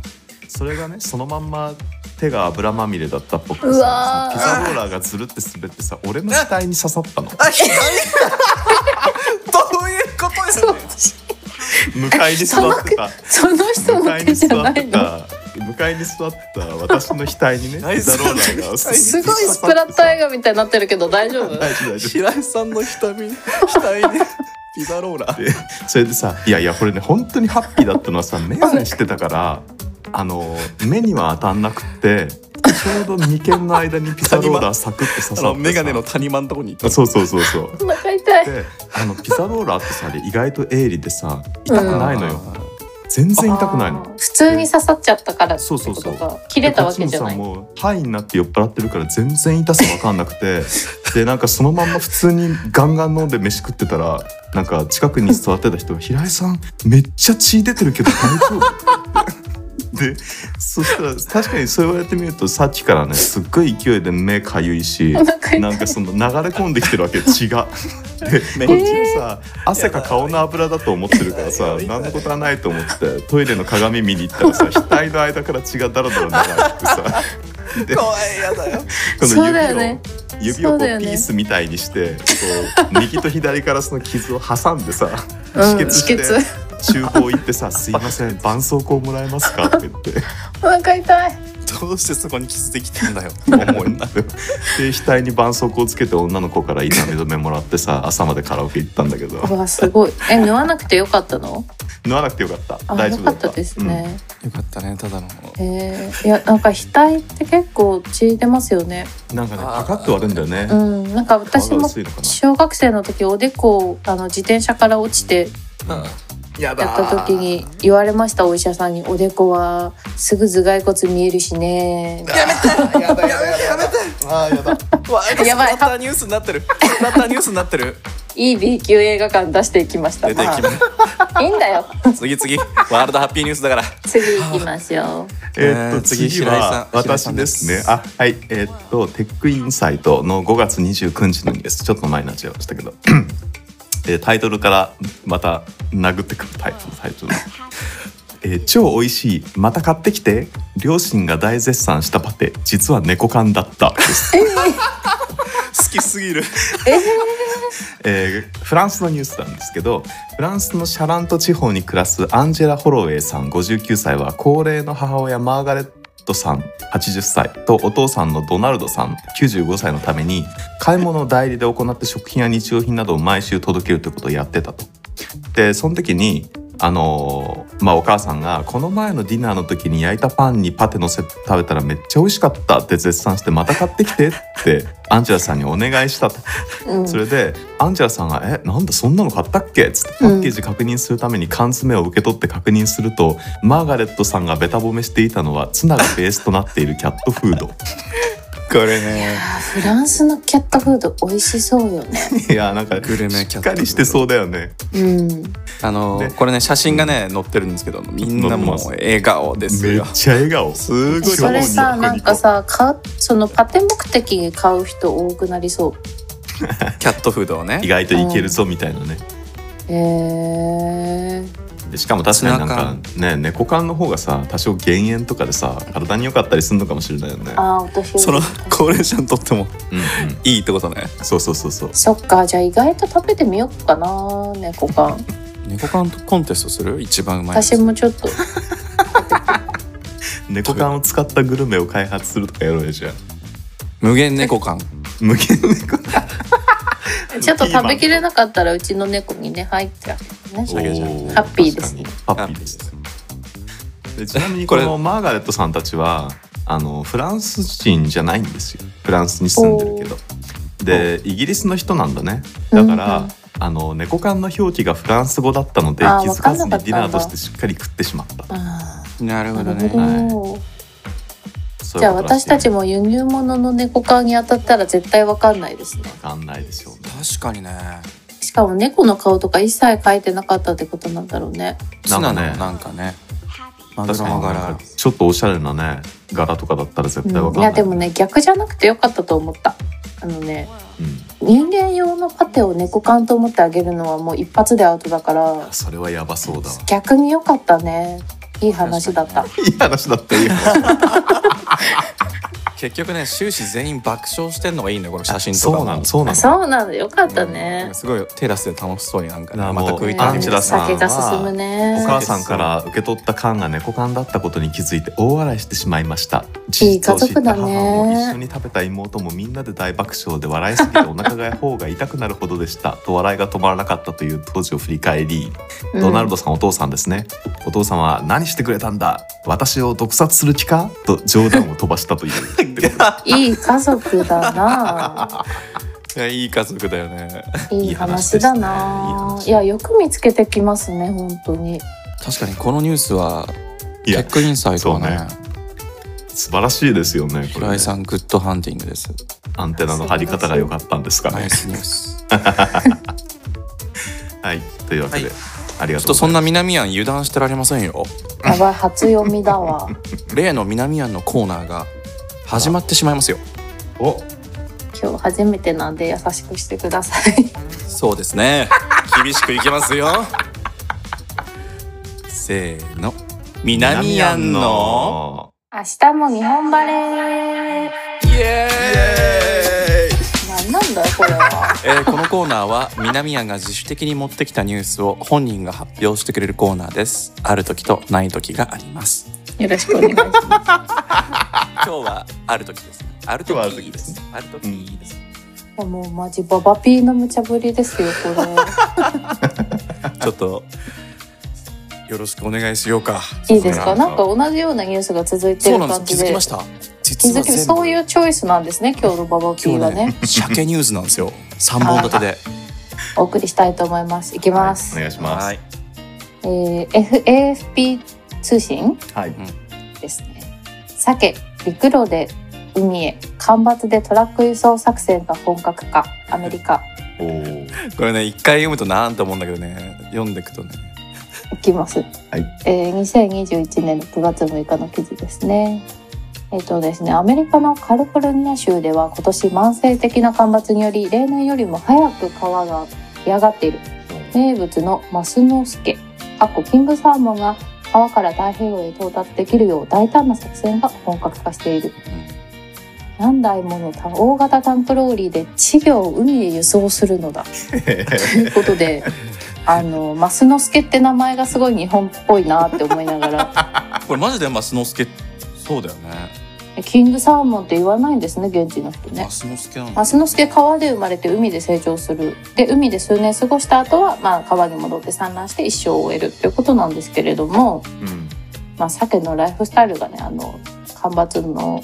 Speaker 3: それがねそのまんま手が油まみれだったっぽくて
Speaker 4: う
Speaker 3: さ
Speaker 4: わー
Speaker 3: そのピザローラーがずるって滑ってさ俺の額に刺さったの。
Speaker 2: あひどいどういうこことです
Speaker 4: そ
Speaker 2: よ
Speaker 4: う
Speaker 2: ね。
Speaker 3: 向かいに座ってた
Speaker 4: その人
Speaker 3: 向
Speaker 4: の
Speaker 3: かい
Speaker 4: 手
Speaker 3: に
Speaker 4: じ
Speaker 3: 座
Speaker 4: ゃな
Speaker 3: って
Speaker 4: いの
Speaker 3: た向かいに座ってた私の額にね
Speaker 2: ナ イス
Speaker 3: ダローラが
Speaker 4: すごいスプラッタ映画みたいになってるけど大丈夫
Speaker 3: 大丈夫大丈
Speaker 2: 白井さんの額に額にピザロー ラ。
Speaker 3: 夫それでさいやいやこれね本当にハッピーだったのは さ眼鏡してたからあの目には当たんなくってちょうど眉間の間にピザローラーサクッと刺さって
Speaker 2: あ
Speaker 3: さ
Speaker 2: のメガネの谷間のとこに行った。
Speaker 3: そうそうそうそう
Speaker 4: お腹痛い
Speaker 3: であのピザローラーってさ意外と鋭利でさ痛くないのよ、
Speaker 2: よ。
Speaker 3: 全然痛くないの
Speaker 4: 普通に刺さっちゃったからって
Speaker 3: そう
Speaker 4: こ
Speaker 3: そうそ
Speaker 4: と
Speaker 3: う
Speaker 4: か切れたわけじゃない
Speaker 3: でこっちもさもうハイになって酔っ払ってるから全然痛さ分かんなくてでなんかそのまんま普通にガンガン飲んで飯食ってたらなんか近くに座ってた人が「平井さんめっちゃ血出てるけど大丈夫?」 でそしたら確かにそう言われてみるとさっきからねすっごい勢いで目かゆいし
Speaker 4: お腹痛い
Speaker 3: なんかその流れ込んできてるわけ血が。
Speaker 2: 目
Speaker 3: こっ
Speaker 2: に
Speaker 3: ちはさ、汗か顔の油だと思ってるから
Speaker 2: いや
Speaker 3: さ
Speaker 2: いや
Speaker 3: 何のことはないと思ってトイレの鏡見に行っ たらさ額の間から血がダラダラ流れてさ
Speaker 2: 怖いやだよ。
Speaker 3: この
Speaker 4: そうだ
Speaker 3: 指を、
Speaker 4: よね
Speaker 3: 指を
Speaker 4: そ
Speaker 3: こ
Speaker 4: う
Speaker 3: う
Speaker 4: だよね
Speaker 3: ピースみたいにしてこう右と左からその傷を挟んでさ
Speaker 4: うん
Speaker 3: 止血して、
Speaker 4: 止
Speaker 3: 厨房行ってさ「すいません絆創膏もらえますか?」って言って
Speaker 4: お腹痛い
Speaker 2: どうしてそこに傷できたんだよ。思いな。
Speaker 3: で額に絆創膏つけて女の子から痛み止めもらってさ朝までカラオケ行ったんだけど
Speaker 4: うわすごい え縫わなくてよかったの
Speaker 3: 縫わなくてよかった
Speaker 4: あ
Speaker 3: 大
Speaker 4: よ
Speaker 3: 丈夫
Speaker 4: か
Speaker 3: だ
Speaker 4: っ
Speaker 3: ったた
Speaker 4: です
Speaker 3: うん
Speaker 4: ね、
Speaker 2: よかったねただの。
Speaker 4: えーいやなんか額って結構血出ますよね
Speaker 3: なんかねパカッと割るんだよね、
Speaker 4: うんなんか私
Speaker 3: 皮が
Speaker 4: も
Speaker 3: 薄いのかな
Speaker 4: 小学生の時おでこあの自転車から落ちて
Speaker 2: やだ
Speaker 4: やった時に言われましたお医者さんに「おでこはすぐ頭蓋骨見えるしね
Speaker 2: やめてやだやめてやめてあーやだわ
Speaker 4: やばい
Speaker 2: またニュースになってるまたニュースになってる」
Speaker 4: いい B 級映画館出していきました
Speaker 2: 出ていきます
Speaker 4: いいんだよ
Speaker 2: 次次ワールドハッピーニュースだから
Speaker 4: 次行きましょ
Speaker 3: えーっ
Speaker 2: えー
Speaker 3: と
Speaker 2: 次
Speaker 3: 次
Speaker 2: 白井さん
Speaker 3: は
Speaker 2: 白井さ
Speaker 3: 私
Speaker 2: ん
Speaker 3: で
Speaker 2: です
Speaker 3: すね。あはいえーっとテックインサイトの5月29日のニュースちょっと前になっちゃいましたけど、 えータイトルからまた殴ってくるタイプのタイト ル。えー超美味しいまた買ってきて両親が大絶賛したパテ実は猫缶だったです、
Speaker 2: 好きすぎる
Speaker 3: えーフランスのニュースなんですけどフランスのシャラント地方に暮らすアンジェラ・ホロウェイさん59歳は高齢の母親マーガレットさん80歳とお父さんのドナルドさん95歳のために買い物を代理で行って食品や日用品などを毎週届けるということをやってたと。でその時にあのーまあ、お母さんがこの前のディナーの時に焼いたパンにパテのせて食べたらめっちゃ美味しかったって絶賛してまた買ってきてってアンジェラさんにお願いしたと
Speaker 4: う、うん、
Speaker 3: それでアンジェラさんが「えなんだそんなの買ったっけ?」っつってパッケージ確認するために缶詰を受け取って確認すると、マーガレットさんがべた褒めしていたのはツナがベースとなっているキャットフー ド
Speaker 2: これね
Speaker 4: あフランスのキャットフード美味しそうよね
Speaker 3: いやなんか
Speaker 2: グルメキ
Speaker 3: し
Speaker 2: ャットフード
Speaker 3: っかりしてそうだよね
Speaker 4: うん
Speaker 2: あの
Speaker 3: ね
Speaker 2: これね写真がね載ってるんですけどみんなもう笑顔です
Speaker 3: めっ
Speaker 2: よ
Speaker 3: ちゃ笑顔すごい
Speaker 4: それさ
Speaker 3: ニコ
Speaker 4: な
Speaker 3: ニ
Speaker 4: ん
Speaker 3: コ
Speaker 4: かさ買うそのパテ目的に買う人多くなりそう
Speaker 2: キャットフードをね
Speaker 3: 意外といけるぞみたいなね
Speaker 4: へえ
Speaker 3: でしかも確かになん
Speaker 2: ツナ
Speaker 3: かね猫缶の方がさ多少減塩とかでさ体に良かったりするのかもしれないよね
Speaker 4: あーお年寄り
Speaker 2: その高齢者にとっても
Speaker 3: うんうん
Speaker 2: いいってことね
Speaker 3: そうそうそうそう
Speaker 4: そっかじゃあ意外と食べてみようかな猫缶
Speaker 2: 猫缶コンテストする一番うまいやつ
Speaker 4: 私もちょ っと
Speaker 3: 猫缶を使ったグルメを開発するとかやろうよじゃあ
Speaker 2: 無限猫缶
Speaker 3: 無限猫
Speaker 4: ちょっと食べきれなかったらうちの猫にね入っちゃうね
Speaker 2: お
Speaker 3: おー
Speaker 4: ハッピーですね
Speaker 3: 確かにハッピーですでちなみに
Speaker 2: こ
Speaker 3: こ
Speaker 2: れ
Speaker 3: のマーガレットさんたちはあのフランス人じゃないんですよフランスに住んでるけどでイギリスの人なんだねだから、
Speaker 4: うんうん
Speaker 3: あの猫缶の表記がフランス語だったので
Speaker 4: あー
Speaker 3: 気づかず
Speaker 4: わかんな
Speaker 3: に
Speaker 4: か
Speaker 3: デ
Speaker 4: ったん
Speaker 3: ィナ
Speaker 4: だ
Speaker 3: ーとしてしっかり食ってしまった
Speaker 4: あ
Speaker 2: なる
Speaker 4: ー
Speaker 2: ほど
Speaker 4: なる
Speaker 2: ね
Speaker 4: ほど、
Speaker 3: そう
Speaker 4: じ
Speaker 3: い
Speaker 4: ゃ
Speaker 3: うこ
Speaker 4: あ
Speaker 3: とらし
Speaker 4: 私
Speaker 3: い
Speaker 4: たちも輸入物の猫缶に当たったら絶対わかんないですね
Speaker 3: わかんないでしょうね
Speaker 2: 確かにね
Speaker 4: しかも猫の顔とか一切描いてなかったってことなんだろうね
Speaker 2: ツナの
Speaker 3: なんかね
Speaker 2: なんかねマグ
Speaker 3: 確
Speaker 2: ロ
Speaker 3: か
Speaker 2: の
Speaker 3: になん
Speaker 2: 柄
Speaker 3: かちょっとおしゃれなね柄とかだったら絶
Speaker 4: うん
Speaker 3: 対わか
Speaker 4: い
Speaker 3: んない、
Speaker 4: やでもね逆じゃなくてよかったと思ったあのね
Speaker 3: うん
Speaker 4: 人間用のパテを猫缶と思ってあげるのはもう一発でアウトだから
Speaker 3: それはやばそうだわ
Speaker 4: 逆によ かったねいい話だった
Speaker 3: いい話だったよ
Speaker 2: 結局ね終始全員爆笑してんのがいいのよこの写真とか
Speaker 3: そうなのそうな
Speaker 4: あ
Speaker 3: の
Speaker 4: そうなのよかった
Speaker 2: う
Speaker 4: ね
Speaker 2: ん。すごいテラスで楽しそうになんかね、
Speaker 3: なあ
Speaker 2: また
Speaker 3: もう
Speaker 2: 食い
Speaker 3: ア
Speaker 2: たい
Speaker 3: ン
Speaker 2: み
Speaker 3: ジ
Speaker 2: たい
Speaker 3: ェ
Speaker 2: な
Speaker 3: ラさんは
Speaker 4: 酒が進む
Speaker 3: お
Speaker 4: ね。
Speaker 3: 母さんから受け取った缶が猫缶だったことに気づいて大笑いしてしまいました事実を知った母も一緒に食べた妹もみんなで大爆笑で笑いすぎてお腹が頬が痛くなるほどでしたと笑いが止まらなかったという当時を振り返り
Speaker 4: うん
Speaker 3: ドナルドさんお父さんですねお父さんは何してくれたんだ私を毒殺する気かと冗談を飛ばしたという
Speaker 4: いい家族 だな。
Speaker 2: いやいい家族だよね
Speaker 4: いい話だな。
Speaker 3: い
Speaker 4: い
Speaker 3: い話ですねいい話
Speaker 4: やよく見つけてきますね本当に。
Speaker 2: 確かにこのニュースはいチ
Speaker 3: や
Speaker 2: ェックインサイトはね
Speaker 3: そうね素晴らしいですよねこれ
Speaker 2: 平
Speaker 3: ね
Speaker 2: 井さんグッドハンティングです
Speaker 3: アンテナの張り方が良かったんですか
Speaker 2: ナ
Speaker 3: ね
Speaker 2: イスニュー ス
Speaker 3: はいというわけで、
Speaker 2: はい
Speaker 3: ありが
Speaker 2: ちょっと
Speaker 3: とうござ
Speaker 2: そ
Speaker 3: い
Speaker 2: ん
Speaker 3: ま
Speaker 2: な
Speaker 3: す
Speaker 2: 南庵油断してられませんよ
Speaker 4: やばい初読み だわ。
Speaker 2: 例の南庵のコーナーが始まってしまいますよ
Speaker 3: お
Speaker 4: 今日初めてなんで優しくしてください。
Speaker 2: そうです ね厳しくいきますよせーの南
Speaker 3: 南ア
Speaker 2: 庵
Speaker 3: ン
Speaker 2: の
Speaker 3: の
Speaker 4: 明日も日本バレー。
Speaker 2: イエーイ
Speaker 4: なんなんだよこれは。
Speaker 2: えーこのコーナーは 南谷が自主的に持ってきたニュースを本人が発表してくれるコーナーですある時とない時があります
Speaker 4: よろしくお願いしま
Speaker 2: 今日はある時ですねある
Speaker 3: 今日はある
Speaker 2: 時い
Speaker 3: 時
Speaker 2: い
Speaker 3: で
Speaker 2: ですす
Speaker 3: ね
Speaker 2: ある時いいです、
Speaker 4: す。もうマジババピーの無茶ぶりですよこれ。
Speaker 2: ちょっとよろしくお願いしようか
Speaker 4: いいですか。
Speaker 3: そうな
Speaker 4: なん
Speaker 3: ん
Speaker 4: か
Speaker 3: だ
Speaker 4: 同じようなニュースが続いて
Speaker 2: そ
Speaker 4: る
Speaker 2: うなんです
Speaker 4: 感
Speaker 2: 気
Speaker 4: じ
Speaker 2: づき
Speaker 4: で
Speaker 2: まし。た
Speaker 4: 気
Speaker 2: 実
Speaker 4: づ
Speaker 2: は
Speaker 4: き
Speaker 2: 全部
Speaker 4: そういうチョイスなんですね今日のババピー
Speaker 2: 今
Speaker 4: が
Speaker 2: 日ね
Speaker 4: ね
Speaker 2: 鮭ニュースなんです よ三本立てで
Speaker 4: お送りしたいと思いますいきます、
Speaker 3: はいお願いします
Speaker 2: い
Speaker 4: えー FAFP 通信
Speaker 3: はい
Speaker 4: ですね鮭陸路で海へ干ばつでトラック輸送作戦が本格化アメリカ
Speaker 3: おー
Speaker 2: これね一回読むとなんと思うんだけどね読んでいくとね
Speaker 4: いきます、
Speaker 3: い
Speaker 4: えー2021年の9月6日の記事ですねえっ、とですねアメリカのカリフォルニア州では今年慢性的な干ばつにより例年よりも早く川が干上がっている名物のマスノスケかっこキングサーモンが川から太平洋へ到達できるよう大胆な作戦が本格化している何台もの大型タンクローリーで稚魚を海へ輸送するのだということであのマスノスケって名前がすごい日本っぽいなって思いながら
Speaker 2: これマジでマスノスケそうだよね
Speaker 4: キングサーモンって言わないんですね現地の人ね
Speaker 2: マスノスケなの
Speaker 4: マスノスケ川で生まれて海で成長するで海で数年過ごした後はまあ川に戻って産卵して一生を終えるということなんですけれども、
Speaker 3: うん
Speaker 4: まあ、鮭のライフスタイルがねあの干ばつの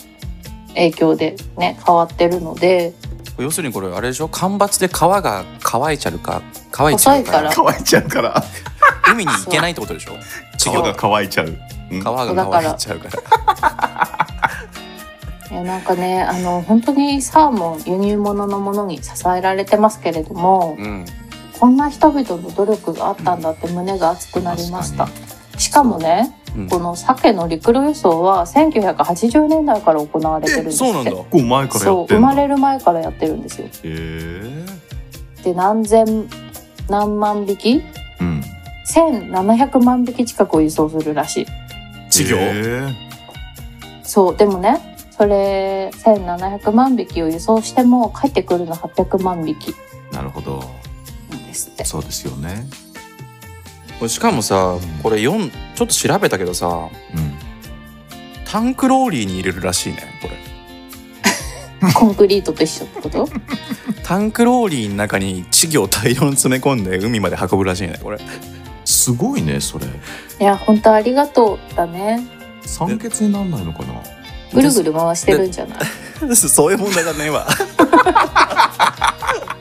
Speaker 4: 影響でね変わってるので
Speaker 2: 要するにこれあれでしょ干ばつで川が乾いちゃうか乾いちゃ
Speaker 4: 細
Speaker 2: う
Speaker 4: いか
Speaker 2: から
Speaker 4: ら
Speaker 3: 乾いちゃうから
Speaker 2: 海に行けないってことでしょ
Speaker 3: 皮
Speaker 2: 稚魚
Speaker 3: が
Speaker 2: が
Speaker 3: 乾いちゃううん
Speaker 2: 川が乾いちゃうから
Speaker 4: いやなんかねあの本当にサーモン輸入物のものに支えられてますけれども
Speaker 2: うん
Speaker 4: こんな人々の努力があったんだって胸が熱くなりました。しかもね
Speaker 2: うん
Speaker 4: この鮭の陸路輸送は1980年代から行われてるんですって
Speaker 2: そうなんだ
Speaker 3: 結構前からや
Speaker 4: そ
Speaker 3: っ
Speaker 4: う
Speaker 3: て
Speaker 4: 生
Speaker 3: んだ
Speaker 4: まれる前からやってるんですよ
Speaker 3: へ
Speaker 4: で何千何万匹
Speaker 3: えうん
Speaker 4: 1700万匹近くを輸送するらしい
Speaker 2: 稚魚
Speaker 3: へ
Speaker 4: そうでもねそれ1700万匹を輸送しても帰ってくるの800万匹
Speaker 3: えなるほど
Speaker 4: なんです って
Speaker 3: そうですよね
Speaker 2: これしかもさこれ4ちょっと調べたけどさ
Speaker 3: うん
Speaker 2: タンクローリーに入れるらしいねこれ
Speaker 4: コンクリートと一緒ってこと
Speaker 2: タンクローリーの中に稚魚を大量に詰め込んで海まで運ぶらしいねこれ
Speaker 3: すごいねそれ
Speaker 4: いや本当ありがとうだね
Speaker 3: 酸欠になんないのかな
Speaker 4: ぐるぐる回してるんじゃない
Speaker 2: そういう問題じゃねえわ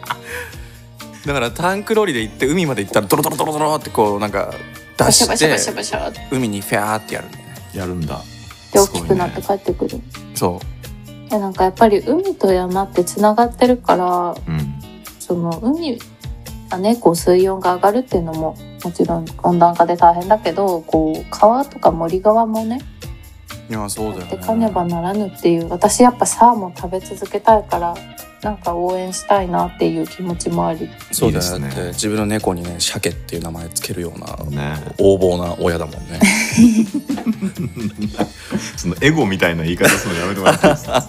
Speaker 2: だからタンクローリーで行って海まで行ったらドロドロドロドロってこうなんか出
Speaker 4: バシャバ
Speaker 2: し
Speaker 4: シャバシャ
Speaker 2: て
Speaker 4: バシャって
Speaker 2: 海にファーってやるんだよね
Speaker 3: やるんだ
Speaker 4: 大きくなって帰ってくる、
Speaker 2: そ
Speaker 4: いやなんかやっぱり海と山ってつながってるから
Speaker 3: うん
Speaker 4: その海がねこう水温が上がるっていうのももちろん温暖化で大変だけどこう川とか森側もね
Speaker 2: ういやそうだよ
Speaker 4: や
Speaker 2: ね
Speaker 4: ってかねばならぬっていう私やっぱサーモン食べ続けたいからなんか応援したいなっていう気持ちもあり
Speaker 2: そうだ
Speaker 3: い
Speaker 2: よ
Speaker 3: い
Speaker 2: ね
Speaker 3: ですね
Speaker 2: 自分の猫にね鮭っていう名前つけるような
Speaker 3: ね
Speaker 2: 横暴な親だもんね
Speaker 3: そのエゴみたいな言い方するのやめてもらっていいですか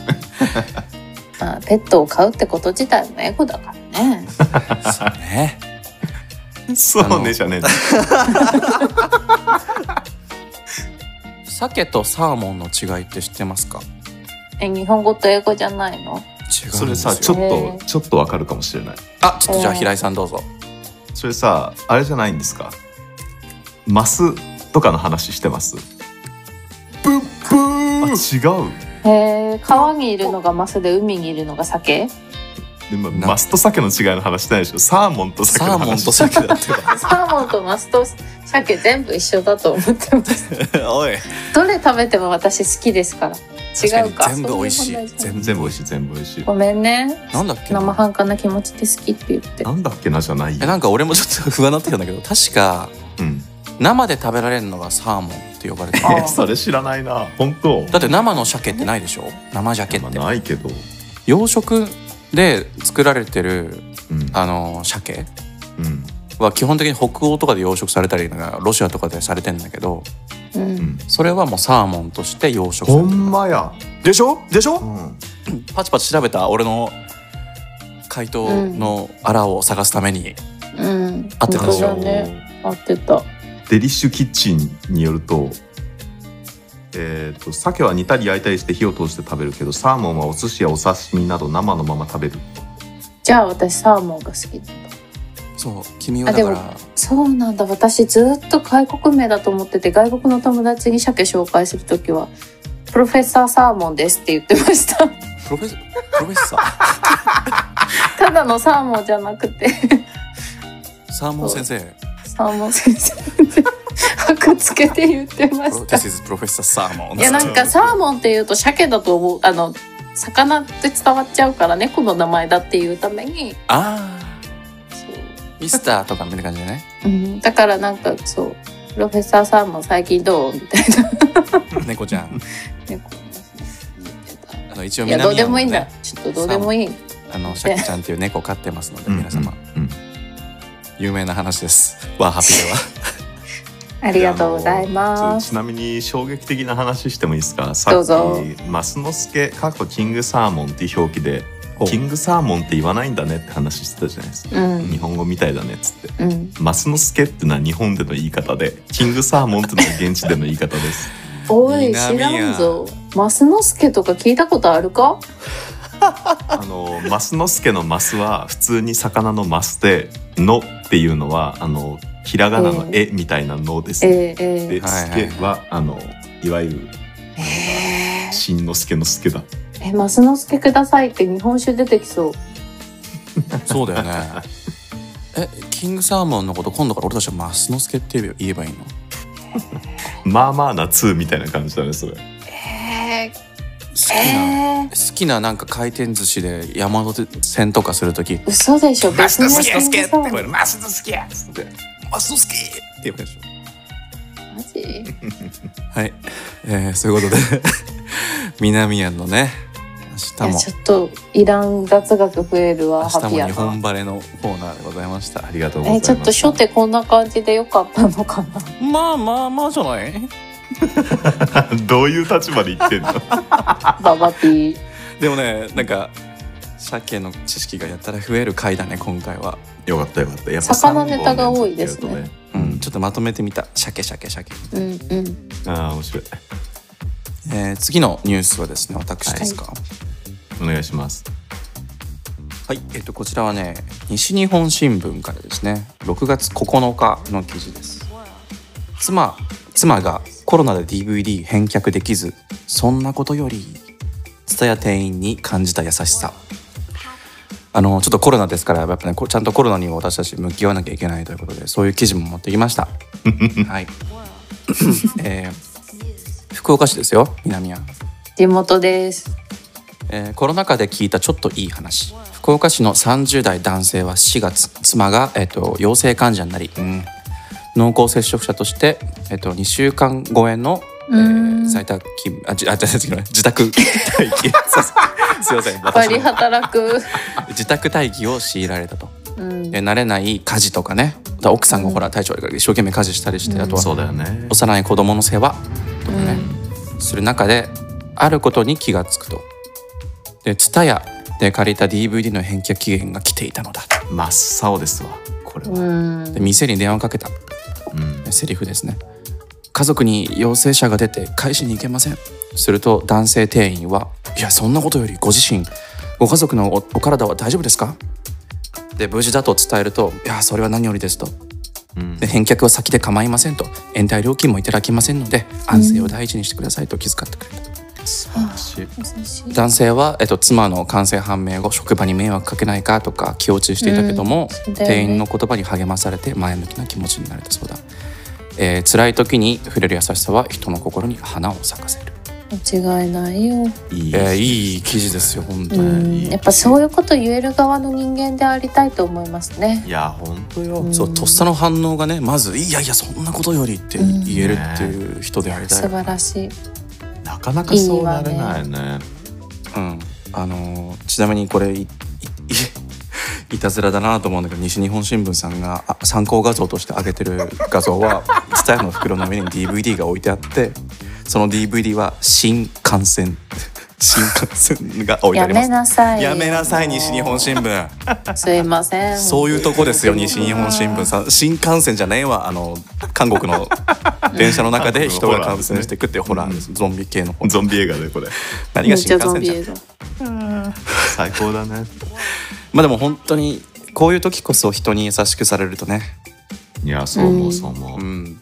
Speaker 4: まあ、ペットを飼うってこと自体もエゴだから ね。
Speaker 2: そう ね。
Speaker 3: そうねじゃねえんだ
Speaker 2: 鮭とサーモンの違いって知ってますか
Speaker 4: え、日本語と英語じゃない
Speaker 2: 違うん
Speaker 4: の
Speaker 2: ですよ
Speaker 3: それさちょっ
Speaker 4: へ
Speaker 3: と
Speaker 4: ー
Speaker 3: ちょっとわかるかもしれない
Speaker 2: あ、ちょっとじゃあ平井さんどうぞ。
Speaker 3: それさあれじゃないんですかマスとかの話してます
Speaker 2: ブッブ
Speaker 3: あ
Speaker 2: ー
Speaker 3: 違う
Speaker 4: へえ、川にいるのがマスで海にいるのが鮭
Speaker 3: でも
Speaker 2: な
Speaker 3: マスと鮭の違いの話してないでしょサーモンと鮭
Speaker 2: サ
Speaker 3: の
Speaker 2: ーモン
Speaker 3: 話
Speaker 2: と鮭だって ば。
Speaker 4: サーモンとマスと鮭全部一緒だと思ってます。
Speaker 2: おい。
Speaker 4: どれ食べても私好きですから。違うか。
Speaker 2: 確に全部美味しい
Speaker 4: そうう問題じゃな。
Speaker 2: 全部。
Speaker 3: 全部美味しい全部美味しい
Speaker 4: ごめんね。
Speaker 2: なんだっけな
Speaker 4: 生半可な気持ちで好きって言って
Speaker 3: な。んだっけなじゃない
Speaker 2: え
Speaker 3: よ、
Speaker 2: なんか俺もちょっと 不安になってきたんだけど確か
Speaker 3: うん、
Speaker 2: 生で食べられるのがサーモンって呼ばれてる
Speaker 4: あー
Speaker 3: それ知らないな本当
Speaker 2: だって生の鮭ってないでしょ生鮭っ
Speaker 3: まあ
Speaker 2: て
Speaker 3: ないけど、
Speaker 2: 養殖で作られてる
Speaker 3: うん
Speaker 2: あの鮭
Speaker 3: うん
Speaker 2: は基本的に北欧とかで養殖されたりなんかロシアとかでされてんだけど
Speaker 4: う。
Speaker 3: うんん、
Speaker 2: それはもうサーモンとして養殖さ
Speaker 3: ほ
Speaker 2: れてる
Speaker 3: んまや、
Speaker 2: でしょでしょ
Speaker 3: ん、
Speaker 2: パチパチ調べた俺の回答のアラを探すために
Speaker 4: うん。
Speaker 2: 合ってたでしょ
Speaker 4: 本当だね。合ってた。
Speaker 3: デリッシュキッチンによると,、えー、と鮭は煮たり焼いたりして火を通して食べるけどサーモンはお寿司やお刺身など生のまま食べる
Speaker 4: じゃあ私サーモンが好きなんだ。
Speaker 2: そう君はだから
Speaker 4: そうなんだ私ずっと外国名だと思ってて外国の友達に鮭紹介する時は「プロフェッサーサーモンです」って言ってました
Speaker 2: プロフェスプロフェッサー
Speaker 4: ただのサーモンじゃな くて
Speaker 2: サーモン先生
Speaker 4: サーモン先生白つけて言ってまし
Speaker 2: This
Speaker 4: た
Speaker 2: is Professor Salmon
Speaker 4: いやなんかサーモンって言うと鮭だと思うあの魚って伝わっちゃうから猫の名前だっていうために
Speaker 2: あ
Speaker 4: そ
Speaker 2: ーミスターとかみたいな感じでね
Speaker 4: う、うん、だからなんかそう「プロフェッサーサーモン最近どう?」みたいな
Speaker 2: 猫ちゃ ん
Speaker 4: 猫の名前言ってた
Speaker 2: あの一応
Speaker 4: いや
Speaker 2: 南
Speaker 4: ど
Speaker 2: 山
Speaker 4: うで
Speaker 2: の
Speaker 4: もいいんだ
Speaker 2: ね
Speaker 4: ちょっとどうでもいい
Speaker 2: あのシャキちゃんっていう猫を飼ってますので皆様、
Speaker 3: うんうん
Speaker 2: 有名な話ですワーハピでは
Speaker 4: ありがとうございま
Speaker 3: ち
Speaker 4: す。
Speaker 3: ちなみに衝撃的な話してもいいですか
Speaker 4: ど
Speaker 3: さ
Speaker 4: う
Speaker 3: っ
Speaker 4: ぞ
Speaker 3: きマスノスケかっこキングサーモンっていう表記で
Speaker 2: ほう
Speaker 3: キングサーモンって言わないんだねって話してたじゃないですか、
Speaker 4: うん
Speaker 3: 日本語みたいだねっつって
Speaker 4: うん、
Speaker 3: マスノスケってのは日本での言い方でキングサーモンってのは現地での言い方です
Speaker 4: おい
Speaker 2: 南
Speaker 4: 知
Speaker 2: や
Speaker 4: らんぞ。マスノスケとか聞いたことあるか？
Speaker 3: あのマスノスケのマスは普通に魚のマスで「の」っていうのはあのひらがなの「え」みたいな「の」です、ね
Speaker 4: えー、えー、
Speaker 3: で「
Speaker 2: はい
Speaker 3: ス
Speaker 2: はい
Speaker 3: ケは」あのいわゆる
Speaker 4: えー、
Speaker 3: 新之助の「助」だ
Speaker 4: えマスノスケくださいって日本酒出てきそう。
Speaker 2: そうだよねえキングサーモンのこと今度から俺たちはマスノスケって言えばいいの
Speaker 3: まあまあな「つ」みたいな感じだねそれ
Speaker 4: え
Speaker 2: 好き
Speaker 4: ー、
Speaker 2: な、
Speaker 4: えー、
Speaker 2: 好きななんか回転寿司で山手線とかするとき
Speaker 4: 嘘でしょ。
Speaker 2: マスノスケ
Speaker 4: 別に
Speaker 2: って
Speaker 4: マスノスケ
Speaker 2: これマスノスケっつってマスノスケって言うでしょ
Speaker 4: マジ？
Speaker 2: はい、えー、そういうことで 南庵のね明
Speaker 4: い
Speaker 2: 日
Speaker 4: や
Speaker 2: も
Speaker 4: ちょっといらん雑学増えるわ
Speaker 2: 明
Speaker 4: ハ
Speaker 2: 日
Speaker 4: ピ
Speaker 2: も
Speaker 4: や
Speaker 2: 日
Speaker 4: な
Speaker 2: 本。バレのコーナーでございました
Speaker 3: ありがとうござい
Speaker 4: え
Speaker 3: ます
Speaker 4: ちょっと初手こんな感じでよかったのか な。
Speaker 2: まあまあまあじゃない
Speaker 3: どういう立場で言 ってんの
Speaker 4: ババピー。
Speaker 2: でもねなんか鮭の知識がやったら増える回だね今回は、
Speaker 3: よかったよかったやっぱ
Speaker 4: 魚ネタが多いですね
Speaker 3: 三本連
Speaker 2: う
Speaker 3: 続やると
Speaker 2: ん、ちょっとまとめてみた鮭鮭鮭、
Speaker 4: うんうん。
Speaker 3: ああ面白い
Speaker 2: えー、次のニュースはですね私ですか
Speaker 3: お願いします
Speaker 2: はい、えっ、とこちらはね西日本新聞からですね6月9日の記事です妻妻がコロナで DVD 返却できずそんなことより蔦屋店員に感じた優しさあのちょっとコロナですからやっぱねこちゃんとコロナにも私たち向き合わなきゃいけないということでそういう記事も持ってきましたはい、えー福岡市ですよ南は
Speaker 4: 地元です。
Speaker 2: えーコロナ禍で聞いたちょっといい話福岡市の30代男性は4月妻が、えー、と陽性患者になり、うん濃厚接触者として、えー、と2週間超えの、えー
Speaker 4: うん
Speaker 2: 在宅勤務あじあじゃじゃ違う自宅待機すいません
Speaker 4: バ
Speaker 2: 私
Speaker 4: リ
Speaker 2: も
Speaker 4: 働く。
Speaker 2: 自宅待機を強いられたと
Speaker 4: うん
Speaker 2: で慣れない家事とかねだから奥さんがほら体調悪いから一生懸命家事したりして、あとは
Speaker 3: そうだよね
Speaker 2: 幼い子供の世話とか
Speaker 4: う
Speaker 2: ね、する中であることに気がつくとで TSUTAYA で借りた DVD の返却期限が来ていたのだ
Speaker 3: 真っ青ですわこれ
Speaker 4: う
Speaker 3: は、
Speaker 4: ん
Speaker 2: で店に電話をかけた
Speaker 3: うん
Speaker 2: セリフですね家族に陽性者が出て返しに行けませんすると男性店員はいやそんなことよりご自身ご家族のおお体は大丈夫ですかで無事だと伝えるといやそれは何よりですと
Speaker 3: うん
Speaker 2: で返却は先で構いませんと延滞料金もいただきませんので安静を第一にしてくださいと気遣ってくれた、
Speaker 3: 素晴らしい
Speaker 4: 優しい
Speaker 2: 男性は、えっと、妻の感染判明後職場に迷惑かけないかとか気落ちしていたけども、
Speaker 4: うんだよね
Speaker 2: 店員の言葉に励まされて前向きな気持ちになれたそうだ、えー、辛い時に触れる優しさは人の心に花を咲かせる、
Speaker 4: 間違いないよ、
Speaker 3: いい
Speaker 2: えーいい記事ですよ本当
Speaker 4: う
Speaker 2: に、
Speaker 4: ん、やっぱそういうこと言える側の人間でありたいと思いますね
Speaker 3: いや本当よ、
Speaker 4: ん
Speaker 2: そうとっさの反応がねまず「いやいやそんなことより」って
Speaker 4: うん
Speaker 2: 言えるっていう人でありたい、
Speaker 4: 素晴らしい
Speaker 3: なかなかそうなれないね
Speaker 2: うん、あのーちなみにこれい いいいたずらだなと思うんだけど西日本新聞さんがあ参考画像として上げてる画像は スタイルの袋の上に DVD が置いてあってその DVD は新幹線 新幹線が置いてあ
Speaker 4: や
Speaker 2: りま
Speaker 4: め
Speaker 2: す。
Speaker 4: なさい
Speaker 2: やめなさい西日本新聞
Speaker 4: すいません
Speaker 2: そういうとこですよ西日本新聞さん新幹線じゃねえわあの韓国の電車の中で人が感染していくっていうホラーですゾンビ系のホラー
Speaker 3: ゾンビ映画でこれ
Speaker 2: 何
Speaker 4: め
Speaker 2: が
Speaker 4: っち
Speaker 2: 新
Speaker 4: ゃ
Speaker 2: 幹
Speaker 4: ゾン
Speaker 2: 線
Speaker 4: ビ
Speaker 2: じゃん
Speaker 4: 映画
Speaker 3: 最高だ ね
Speaker 2: まあでも本当にこういう時こそ人に優しくされるとね、
Speaker 3: いやそう思うそう思う、
Speaker 2: うん、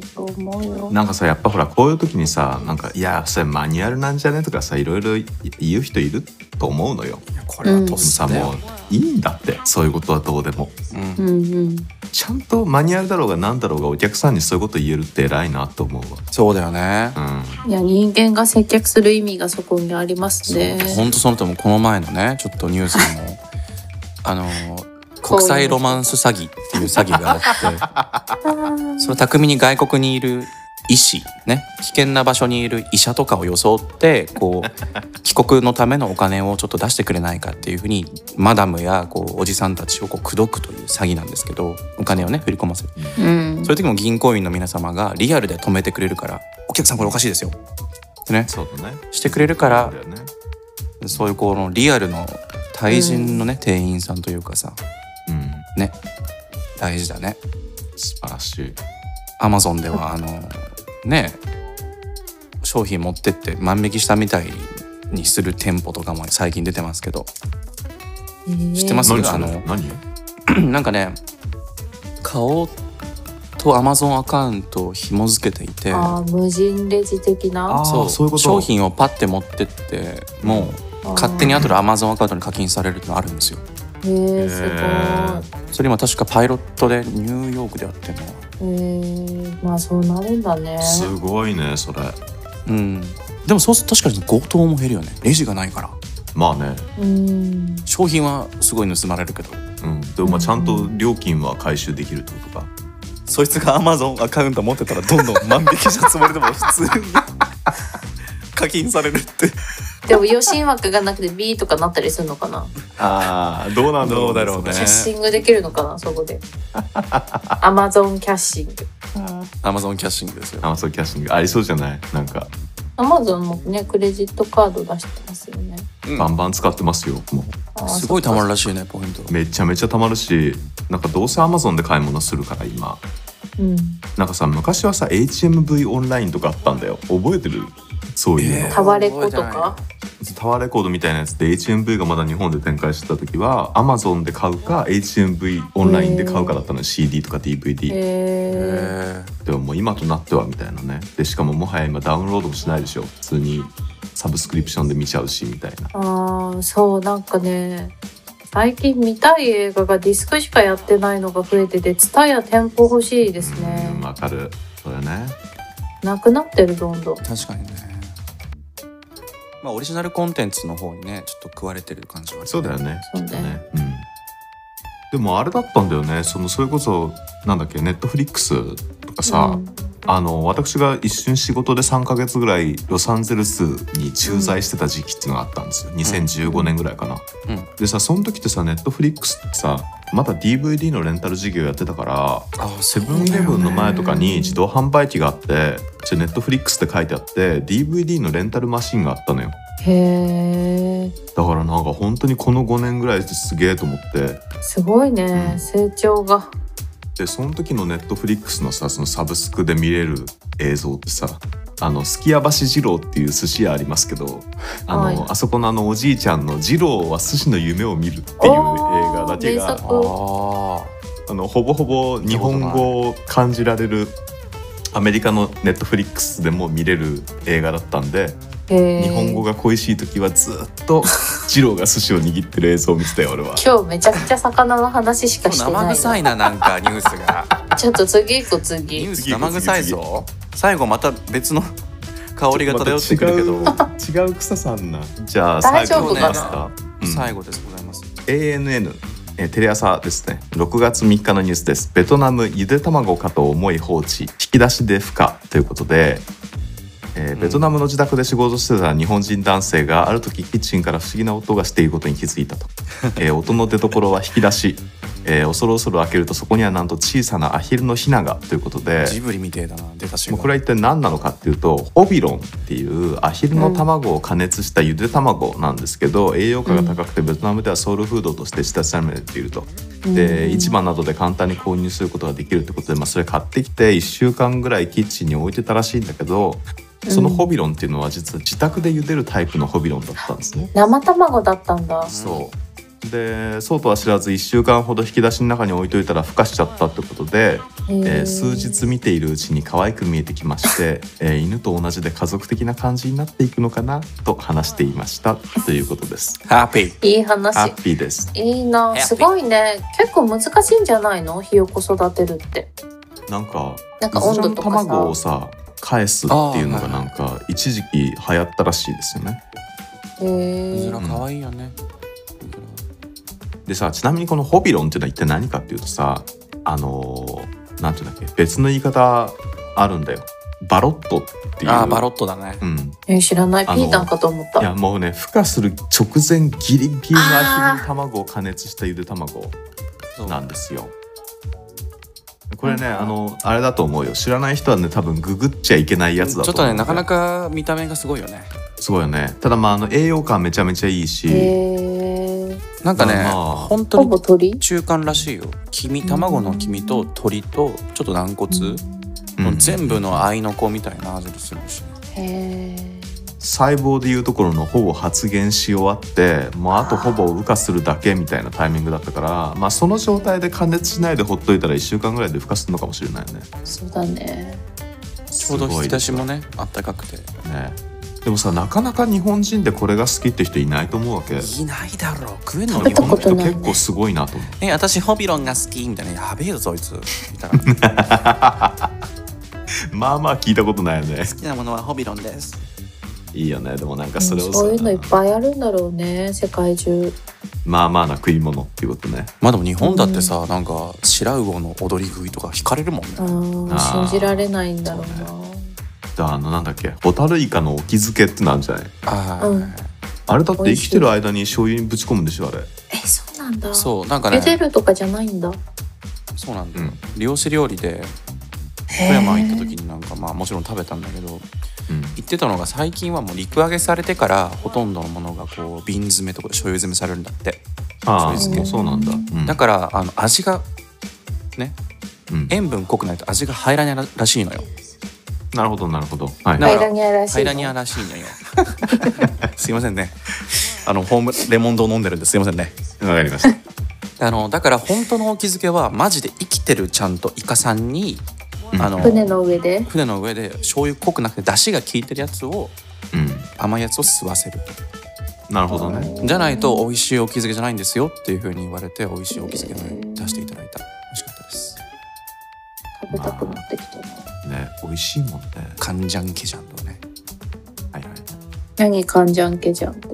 Speaker 4: 結構思うよ
Speaker 3: なんかさやっぱほらこういう時にさなんか「いやそれマニュアルなんじゃね?」とかさいろいろ言う人いると思うのよ。
Speaker 2: これはとっさ
Speaker 3: さ
Speaker 2: だよ
Speaker 3: もういいんだってそういうことはどうでも
Speaker 2: うん
Speaker 4: うんうん
Speaker 3: ちゃんとマニュアルだろうが何だろうがお客さんにそういうこと言えるって偉いなと思うわ。
Speaker 2: そうだよね。
Speaker 3: う
Speaker 4: いや人間が接客する意味がそこにありますね
Speaker 2: 本当そのともこの前のねちょっとニュースでもあの国際ロマンス詐欺っていう詐欺があってそれを巧みに外国にいる医師ね危険な場所にいる医者とかを装ってこう帰国のためのお金をちょっと出してくれないかっていうふうにマダムやこうおじさんたちをこう口説くという詐欺なんですけどお金をね振り込ませる
Speaker 4: うん
Speaker 2: そういう時も銀行員の皆様がリアルで止めてくれるからお客さんこれおかしいですよってね
Speaker 3: ん、そうだね
Speaker 2: してくれるか
Speaker 3: そ
Speaker 2: ら
Speaker 3: うだよね
Speaker 2: そういうこのリアルの対人のね、店員さんというかさ
Speaker 3: うん
Speaker 2: ね大事だね
Speaker 3: 素晴らしい
Speaker 2: アマゾンではあのね商品持ってって万引きしたみたいにする店舗とかも最近出てますけど 知ってます
Speaker 3: 何
Speaker 2: あ
Speaker 3: そ
Speaker 2: の
Speaker 3: れ何
Speaker 2: なんかね顔とアマゾンアカウントを紐付けていて
Speaker 4: あー無人レジ的な
Speaker 3: あ
Speaker 2: そう
Speaker 3: そういうこと
Speaker 2: 商品をパッて持ってってもう勝手に後で Amazon アカウントに課金されるのあるんですよ
Speaker 4: へえすごい
Speaker 2: それ今確かパイロットでニューヨークでやってるのかな
Speaker 4: えー、まあそうなるんだね
Speaker 3: すごいねそれ
Speaker 2: うんでもそうすると確かに強盗も減るよねレジがないから
Speaker 3: まあね
Speaker 4: うん
Speaker 2: 商品はすごい盗まれるけど
Speaker 3: うんでもまあちゃんと料金は回収できるってことか
Speaker 2: そいつが Amazon アカウント持ってたらどんどん万 引きしたつもりでも普通に 課金されるって
Speaker 4: でも余震枠がなくて B とかなったりするのかな
Speaker 3: ああどうなん
Speaker 2: どうだろうね
Speaker 4: キャッシングできるのかなそこ でアマゾンキャッシング
Speaker 2: Amazon キャッシングですよ
Speaker 3: アマゾンキャッシングありそうじゃないなんか
Speaker 4: アマゾンもねクレジットカード出してますよね
Speaker 3: バンバン使ってますよも
Speaker 4: あー
Speaker 2: すごいたまる
Speaker 4: そっ
Speaker 2: らしいねポイント
Speaker 3: うめちゃめちゃたまるしなんかどうせアマゾンで買い物するから今
Speaker 4: かうん
Speaker 3: なんかさ昔はさ HMV オンラインとかあったんだよ覚えてるそういうの、
Speaker 2: え
Speaker 4: タワレコとか
Speaker 3: タワーレコードみたいなやつで HMV がまだ日本で展開してた時は Amazon で買うか HMV オンラインで買うかだったのよ CD とか DVD
Speaker 4: へえ
Speaker 2: へー
Speaker 3: でももう今となってはみたいなねでしかももはや今ダウンロードもしないでしょ普通にサブスクリプションで見ちゃうしみたいな
Speaker 4: ああそうなんかね最近見たい映画がディスクしかやってないのが増えててツタや店舗欲しいです
Speaker 3: うん
Speaker 4: ね
Speaker 3: わかるそれね
Speaker 4: なくなってるどんどん
Speaker 2: 確かにねまあオリジナルコンテンツの方にねちょっと食われてる感じはある
Speaker 3: そうだよね
Speaker 4: そうね
Speaker 3: きっとうんでもあれだったんだよねそのそれこそなんだっけネットフリックスとかさ、
Speaker 4: うん
Speaker 3: あの私が一瞬仕事で3ヶ月ぐらいロサンゼルスに駐在してた時期っていうのがあったんですよ2015年ぐらいかな、
Speaker 2: うん
Speaker 3: でさその時ってさネットフリックスってさまだ DVD のレンタル事業やってたから
Speaker 2: あ
Speaker 3: セブンイレブンの前とかに自動販売機があってネットフリックスって書いてあって DVD のレンタルマシンがあったのよ
Speaker 4: へえ
Speaker 3: だからなんか本当にこの5年ぐらいですげえと思って
Speaker 4: すごいね、
Speaker 3: うん
Speaker 4: 成長が
Speaker 3: でその時のネットフリックスのさそのサブスクで見れる映像ってさあのすきやばし二郎っていう寿司屋ありますけどあの、
Speaker 4: はい
Speaker 3: あそこのあのおじいちゃんの「二郎は寿司の夢を見る」っていう映画だけ
Speaker 4: 名
Speaker 3: が
Speaker 4: 作
Speaker 2: あ
Speaker 3: あのほぼほぼ日本語を感じられるアメリカのネットフリックスでも見れる映画だったんで、
Speaker 4: へえ
Speaker 3: 日本語が恋しい時はずっと二郎が寿司を握ってる映像を見てたよ俺 は
Speaker 4: 今日めちゃくちゃ魚の話し
Speaker 2: ー
Speaker 4: かして
Speaker 2: 生
Speaker 4: ない
Speaker 2: 臭いななんかニュース が
Speaker 4: ちょっと次行こう
Speaker 2: ニュ
Speaker 4: 次
Speaker 2: ース生臭いぞ最後また別 の香りが漂ってくるけど、
Speaker 3: また違う違う草さんなじゃあ
Speaker 4: 大
Speaker 3: 最
Speaker 4: 丈
Speaker 3: 後
Speaker 2: 夫
Speaker 3: い
Speaker 2: かな
Speaker 3: きますか、うん
Speaker 2: 最後ですございます、
Speaker 3: ANN えーテレ朝ですね6月3日のニュースですベトナムゆで卵かと思い放置引き出しで不可ということで、えー
Speaker 2: ん
Speaker 3: ベトナムの自宅で仕事してた日本人男性がある時キッチンから不思議な音がしていることに気づいたと、えー音の出所は引き出し、えー恐る恐る開けるとそこにはなんと小さなアヒルのヒナがということで
Speaker 2: ジブリみてえだな出た瞬
Speaker 3: もう
Speaker 2: 間
Speaker 3: これは一体何なのかっていうとホビロンっていうアヒルの卵を加熱したゆで卵なんですけど、栄養価が高くてベトナムではソウルフードとして親しめていると、で市場などで簡単に購入することができるってことで、まあ、それ買ってきて1週間ぐらいキッチンに置いてたらしいんだけどそのホビロンっていうのは実は自宅で茹でるタイプのホビロンだったんですね。
Speaker 4: 生卵だったんだ
Speaker 3: そうでそうとは知らず1週間ほど引き出しの中に置いといたら孵化しちゃったってことでえー数日見ているうちに可愛く見えてきまして、えー犬と同じで家族的な感じになっていくのかなと話していましたということです。
Speaker 2: ハッピー
Speaker 4: いい
Speaker 3: ハ
Speaker 4: 話
Speaker 3: ッピーです。
Speaker 4: いいな
Speaker 2: ハッピー
Speaker 4: すごいね結構難しいんじゃないのひよこ育てるって
Speaker 3: なんか
Speaker 4: なん
Speaker 3: う
Speaker 4: か温
Speaker 3: ずら
Speaker 4: 度
Speaker 3: の
Speaker 4: とか
Speaker 3: 卵
Speaker 4: さ
Speaker 3: をさ返すっていうのがなんか一時期流行ったらしいですよね。
Speaker 4: へ
Speaker 2: うず
Speaker 4: え
Speaker 2: ら可愛いよね、うずら
Speaker 3: でさちなみにこのホビロンっていうのは一体何かっていうとさあのーなんていうんだっけ別の言い方あるんだよ。バロットっていう。
Speaker 2: あーバロットだね
Speaker 3: うん、
Speaker 4: え知らないピ
Speaker 3: あの
Speaker 4: ータンかと思っ
Speaker 3: い
Speaker 4: た
Speaker 3: やもうね孵化する直前ギリギリのアヒルの卵を加熱したゆで卵
Speaker 2: そう
Speaker 3: なんですよこれねあのあれだと思うよ知らない人はね多分ググっちゃいけないやつだ
Speaker 2: ち
Speaker 3: と
Speaker 2: ょっ
Speaker 3: 思
Speaker 2: と
Speaker 3: う
Speaker 2: ねなかな
Speaker 3: か
Speaker 2: か見た目がすごいよね
Speaker 3: すごいよねただまああの栄養価めちゃめちゃいいし、
Speaker 4: へえ
Speaker 2: なんかね、
Speaker 3: まあまあ
Speaker 2: 本当
Speaker 4: ほ
Speaker 2: に
Speaker 4: ぼ鳥
Speaker 2: 中間らしいよ黄身卵の黄身と鶏とちょっと軟骨、
Speaker 3: うん
Speaker 2: もう全部の愛の子みたいな味がするし、ね
Speaker 4: へえ
Speaker 3: 細胞でいうところのほぼ発現し終わってもうあとほぼ孵化するだけみたいなタイミングだったからまあその状態で加熱しないでほっといたら1週間ぐらいで孵化するのかもしれないよね
Speaker 4: そうだね
Speaker 2: ちょうど引き出しもねあったかくて
Speaker 3: ねでもさなかなか日本人でこれが好きって人いないと思うわけ
Speaker 2: いないだろう食えんの
Speaker 4: 食べ
Speaker 2: 日
Speaker 4: た
Speaker 2: 本
Speaker 4: こ
Speaker 2: の
Speaker 4: と
Speaker 2: 人
Speaker 4: ない
Speaker 3: 結構すごいなと思う
Speaker 2: え私ホビロンが好きみたいなやべえぞそいつみ たいな好
Speaker 3: まあまあ聞いたことないよね
Speaker 2: きなものはホビロンです
Speaker 3: いいよねでもなんかそれをさ
Speaker 4: そういうのいっぱいあるんだろうね世界中
Speaker 3: まあまあな食い物っていうことね
Speaker 2: まあでも日本だってさ、なんか白魚の踊り食いとか惹かれるもんね、
Speaker 4: あー
Speaker 3: あー
Speaker 4: 信じられないんだろう
Speaker 3: じゃああのなんだっけホタルイカのお気づけってなんじゃない
Speaker 2: あー
Speaker 4: うん
Speaker 3: あれだって生きてる間に醤油にぶち込むんでしょあれ
Speaker 4: えそうなんだ
Speaker 2: そうなんか
Speaker 4: 茹
Speaker 2: ね
Speaker 4: でるとかじゃないんだ
Speaker 2: そうなんだ
Speaker 3: う
Speaker 2: よ、
Speaker 3: ん
Speaker 2: 漁師料理で富山行った時になんかまあもちろん食べたんだけど
Speaker 3: うん
Speaker 2: 言ってたのが最近はもう陸揚げされてからほとんどのものがこう瓶詰めとか醤油詰めされるんだって
Speaker 3: ああ
Speaker 2: そうです
Speaker 4: ね
Speaker 3: もうそうなんだうん
Speaker 2: だからあの味がね
Speaker 3: うん
Speaker 2: 塩分濃くないと味が入らないらしいのよ
Speaker 3: なるほどなるほどはい
Speaker 2: だか
Speaker 4: ハイ
Speaker 2: ら
Speaker 4: ラニアらしい
Speaker 2: ハ
Speaker 4: の
Speaker 2: イラニアらしいのよ すいませんねあのホームレモンド飲んでるんですいませんね
Speaker 3: わかりました
Speaker 2: あのだから本当のお気づけはマジで生きてるちゃんとイカさんに、
Speaker 3: うん
Speaker 2: あの
Speaker 4: 船の上で
Speaker 2: 船の上で醤油濃くなくて出汁が効いてるやつを
Speaker 3: うん
Speaker 2: 甘いやつを吸わせる
Speaker 3: なるほどね
Speaker 2: じゃないと美味しいお気づけじゃないんですよっていう風に言われて美味しいお気づけを出していただいた美味しかったです
Speaker 4: 食べたくなってきたな
Speaker 3: ね美味しいもんね
Speaker 2: カンジャンケジャンとかね
Speaker 3: はいはい
Speaker 4: 何カンジャンケジャンって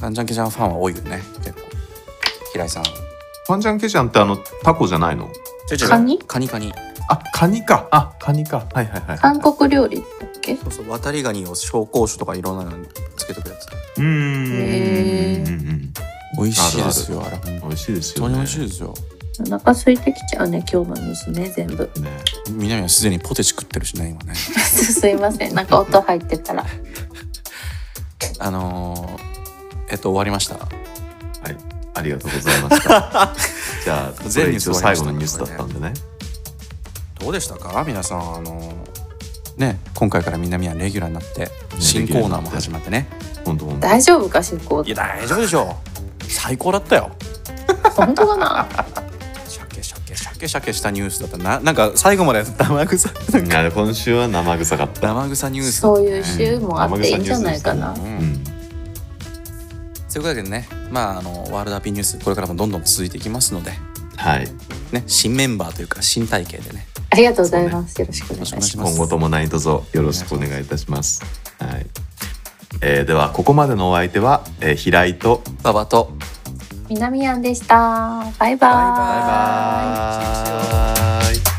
Speaker 2: カンジャンケジャンファンは多いよね結構平井さん
Speaker 3: ファンジャンケジャンってあのタコじゃないの
Speaker 4: カニ
Speaker 2: カニカニ
Speaker 3: あカニかあカニかはいはいはい
Speaker 4: 韓国料理だっけ
Speaker 2: そうそう渡りガニを紹興酒とかいろんなのにつけてくやつ
Speaker 3: うーん
Speaker 4: へー
Speaker 3: うんうんうん
Speaker 2: 美味しいですよあれ本
Speaker 3: 美味しいです
Speaker 2: 当
Speaker 3: よね
Speaker 2: に美味しいですよ
Speaker 4: お腹空いてきちゃうね今日のニュースね全部
Speaker 3: ね
Speaker 2: 南はすでにポテチ食ってるしね今ね
Speaker 4: すいませんなんか音入ってたら
Speaker 2: あのーえっと終わりました
Speaker 3: ありがとうございました。 じゃあ、こ
Speaker 2: 全
Speaker 3: れ
Speaker 2: ニュース
Speaker 3: 一応最後のニュースだったんでね。
Speaker 2: どうでしたか皆さんあのーね今回からみんなみんなレギュラーになって新コーナーも始まってね
Speaker 3: 本当本当。
Speaker 4: 大丈夫か進行
Speaker 2: いや大丈夫でしょう最高だったよ
Speaker 4: 本当か な
Speaker 2: シャケシャケシャケシャケしたニュースだったななんか最後まで 生臭なんか
Speaker 3: なる今週は生臭かった。
Speaker 2: 生臭ニュースだっ
Speaker 4: そ
Speaker 2: た
Speaker 4: う
Speaker 2: ね
Speaker 4: いう週もあっていいんじゃないかな
Speaker 2: う。
Speaker 3: うんん。
Speaker 2: ということでね、まあ、あのワールドハッピーニュースこれからもどんどん続いていきますので、
Speaker 3: はい。
Speaker 2: ね、新メンバーというか新体系でね
Speaker 4: ありがとうございます。よろしくお願いします。
Speaker 2: ます
Speaker 3: 今後とも何卒よろしくお願いいたします。はい。えーでは、ここまでのお相手は、えー平井と。
Speaker 2: 馬場と
Speaker 4: 南アンでした。バ
Speaker 2: バ
Speaker 4: イバイ。
Speaker 2: イバイ
Speaker 3: バイ。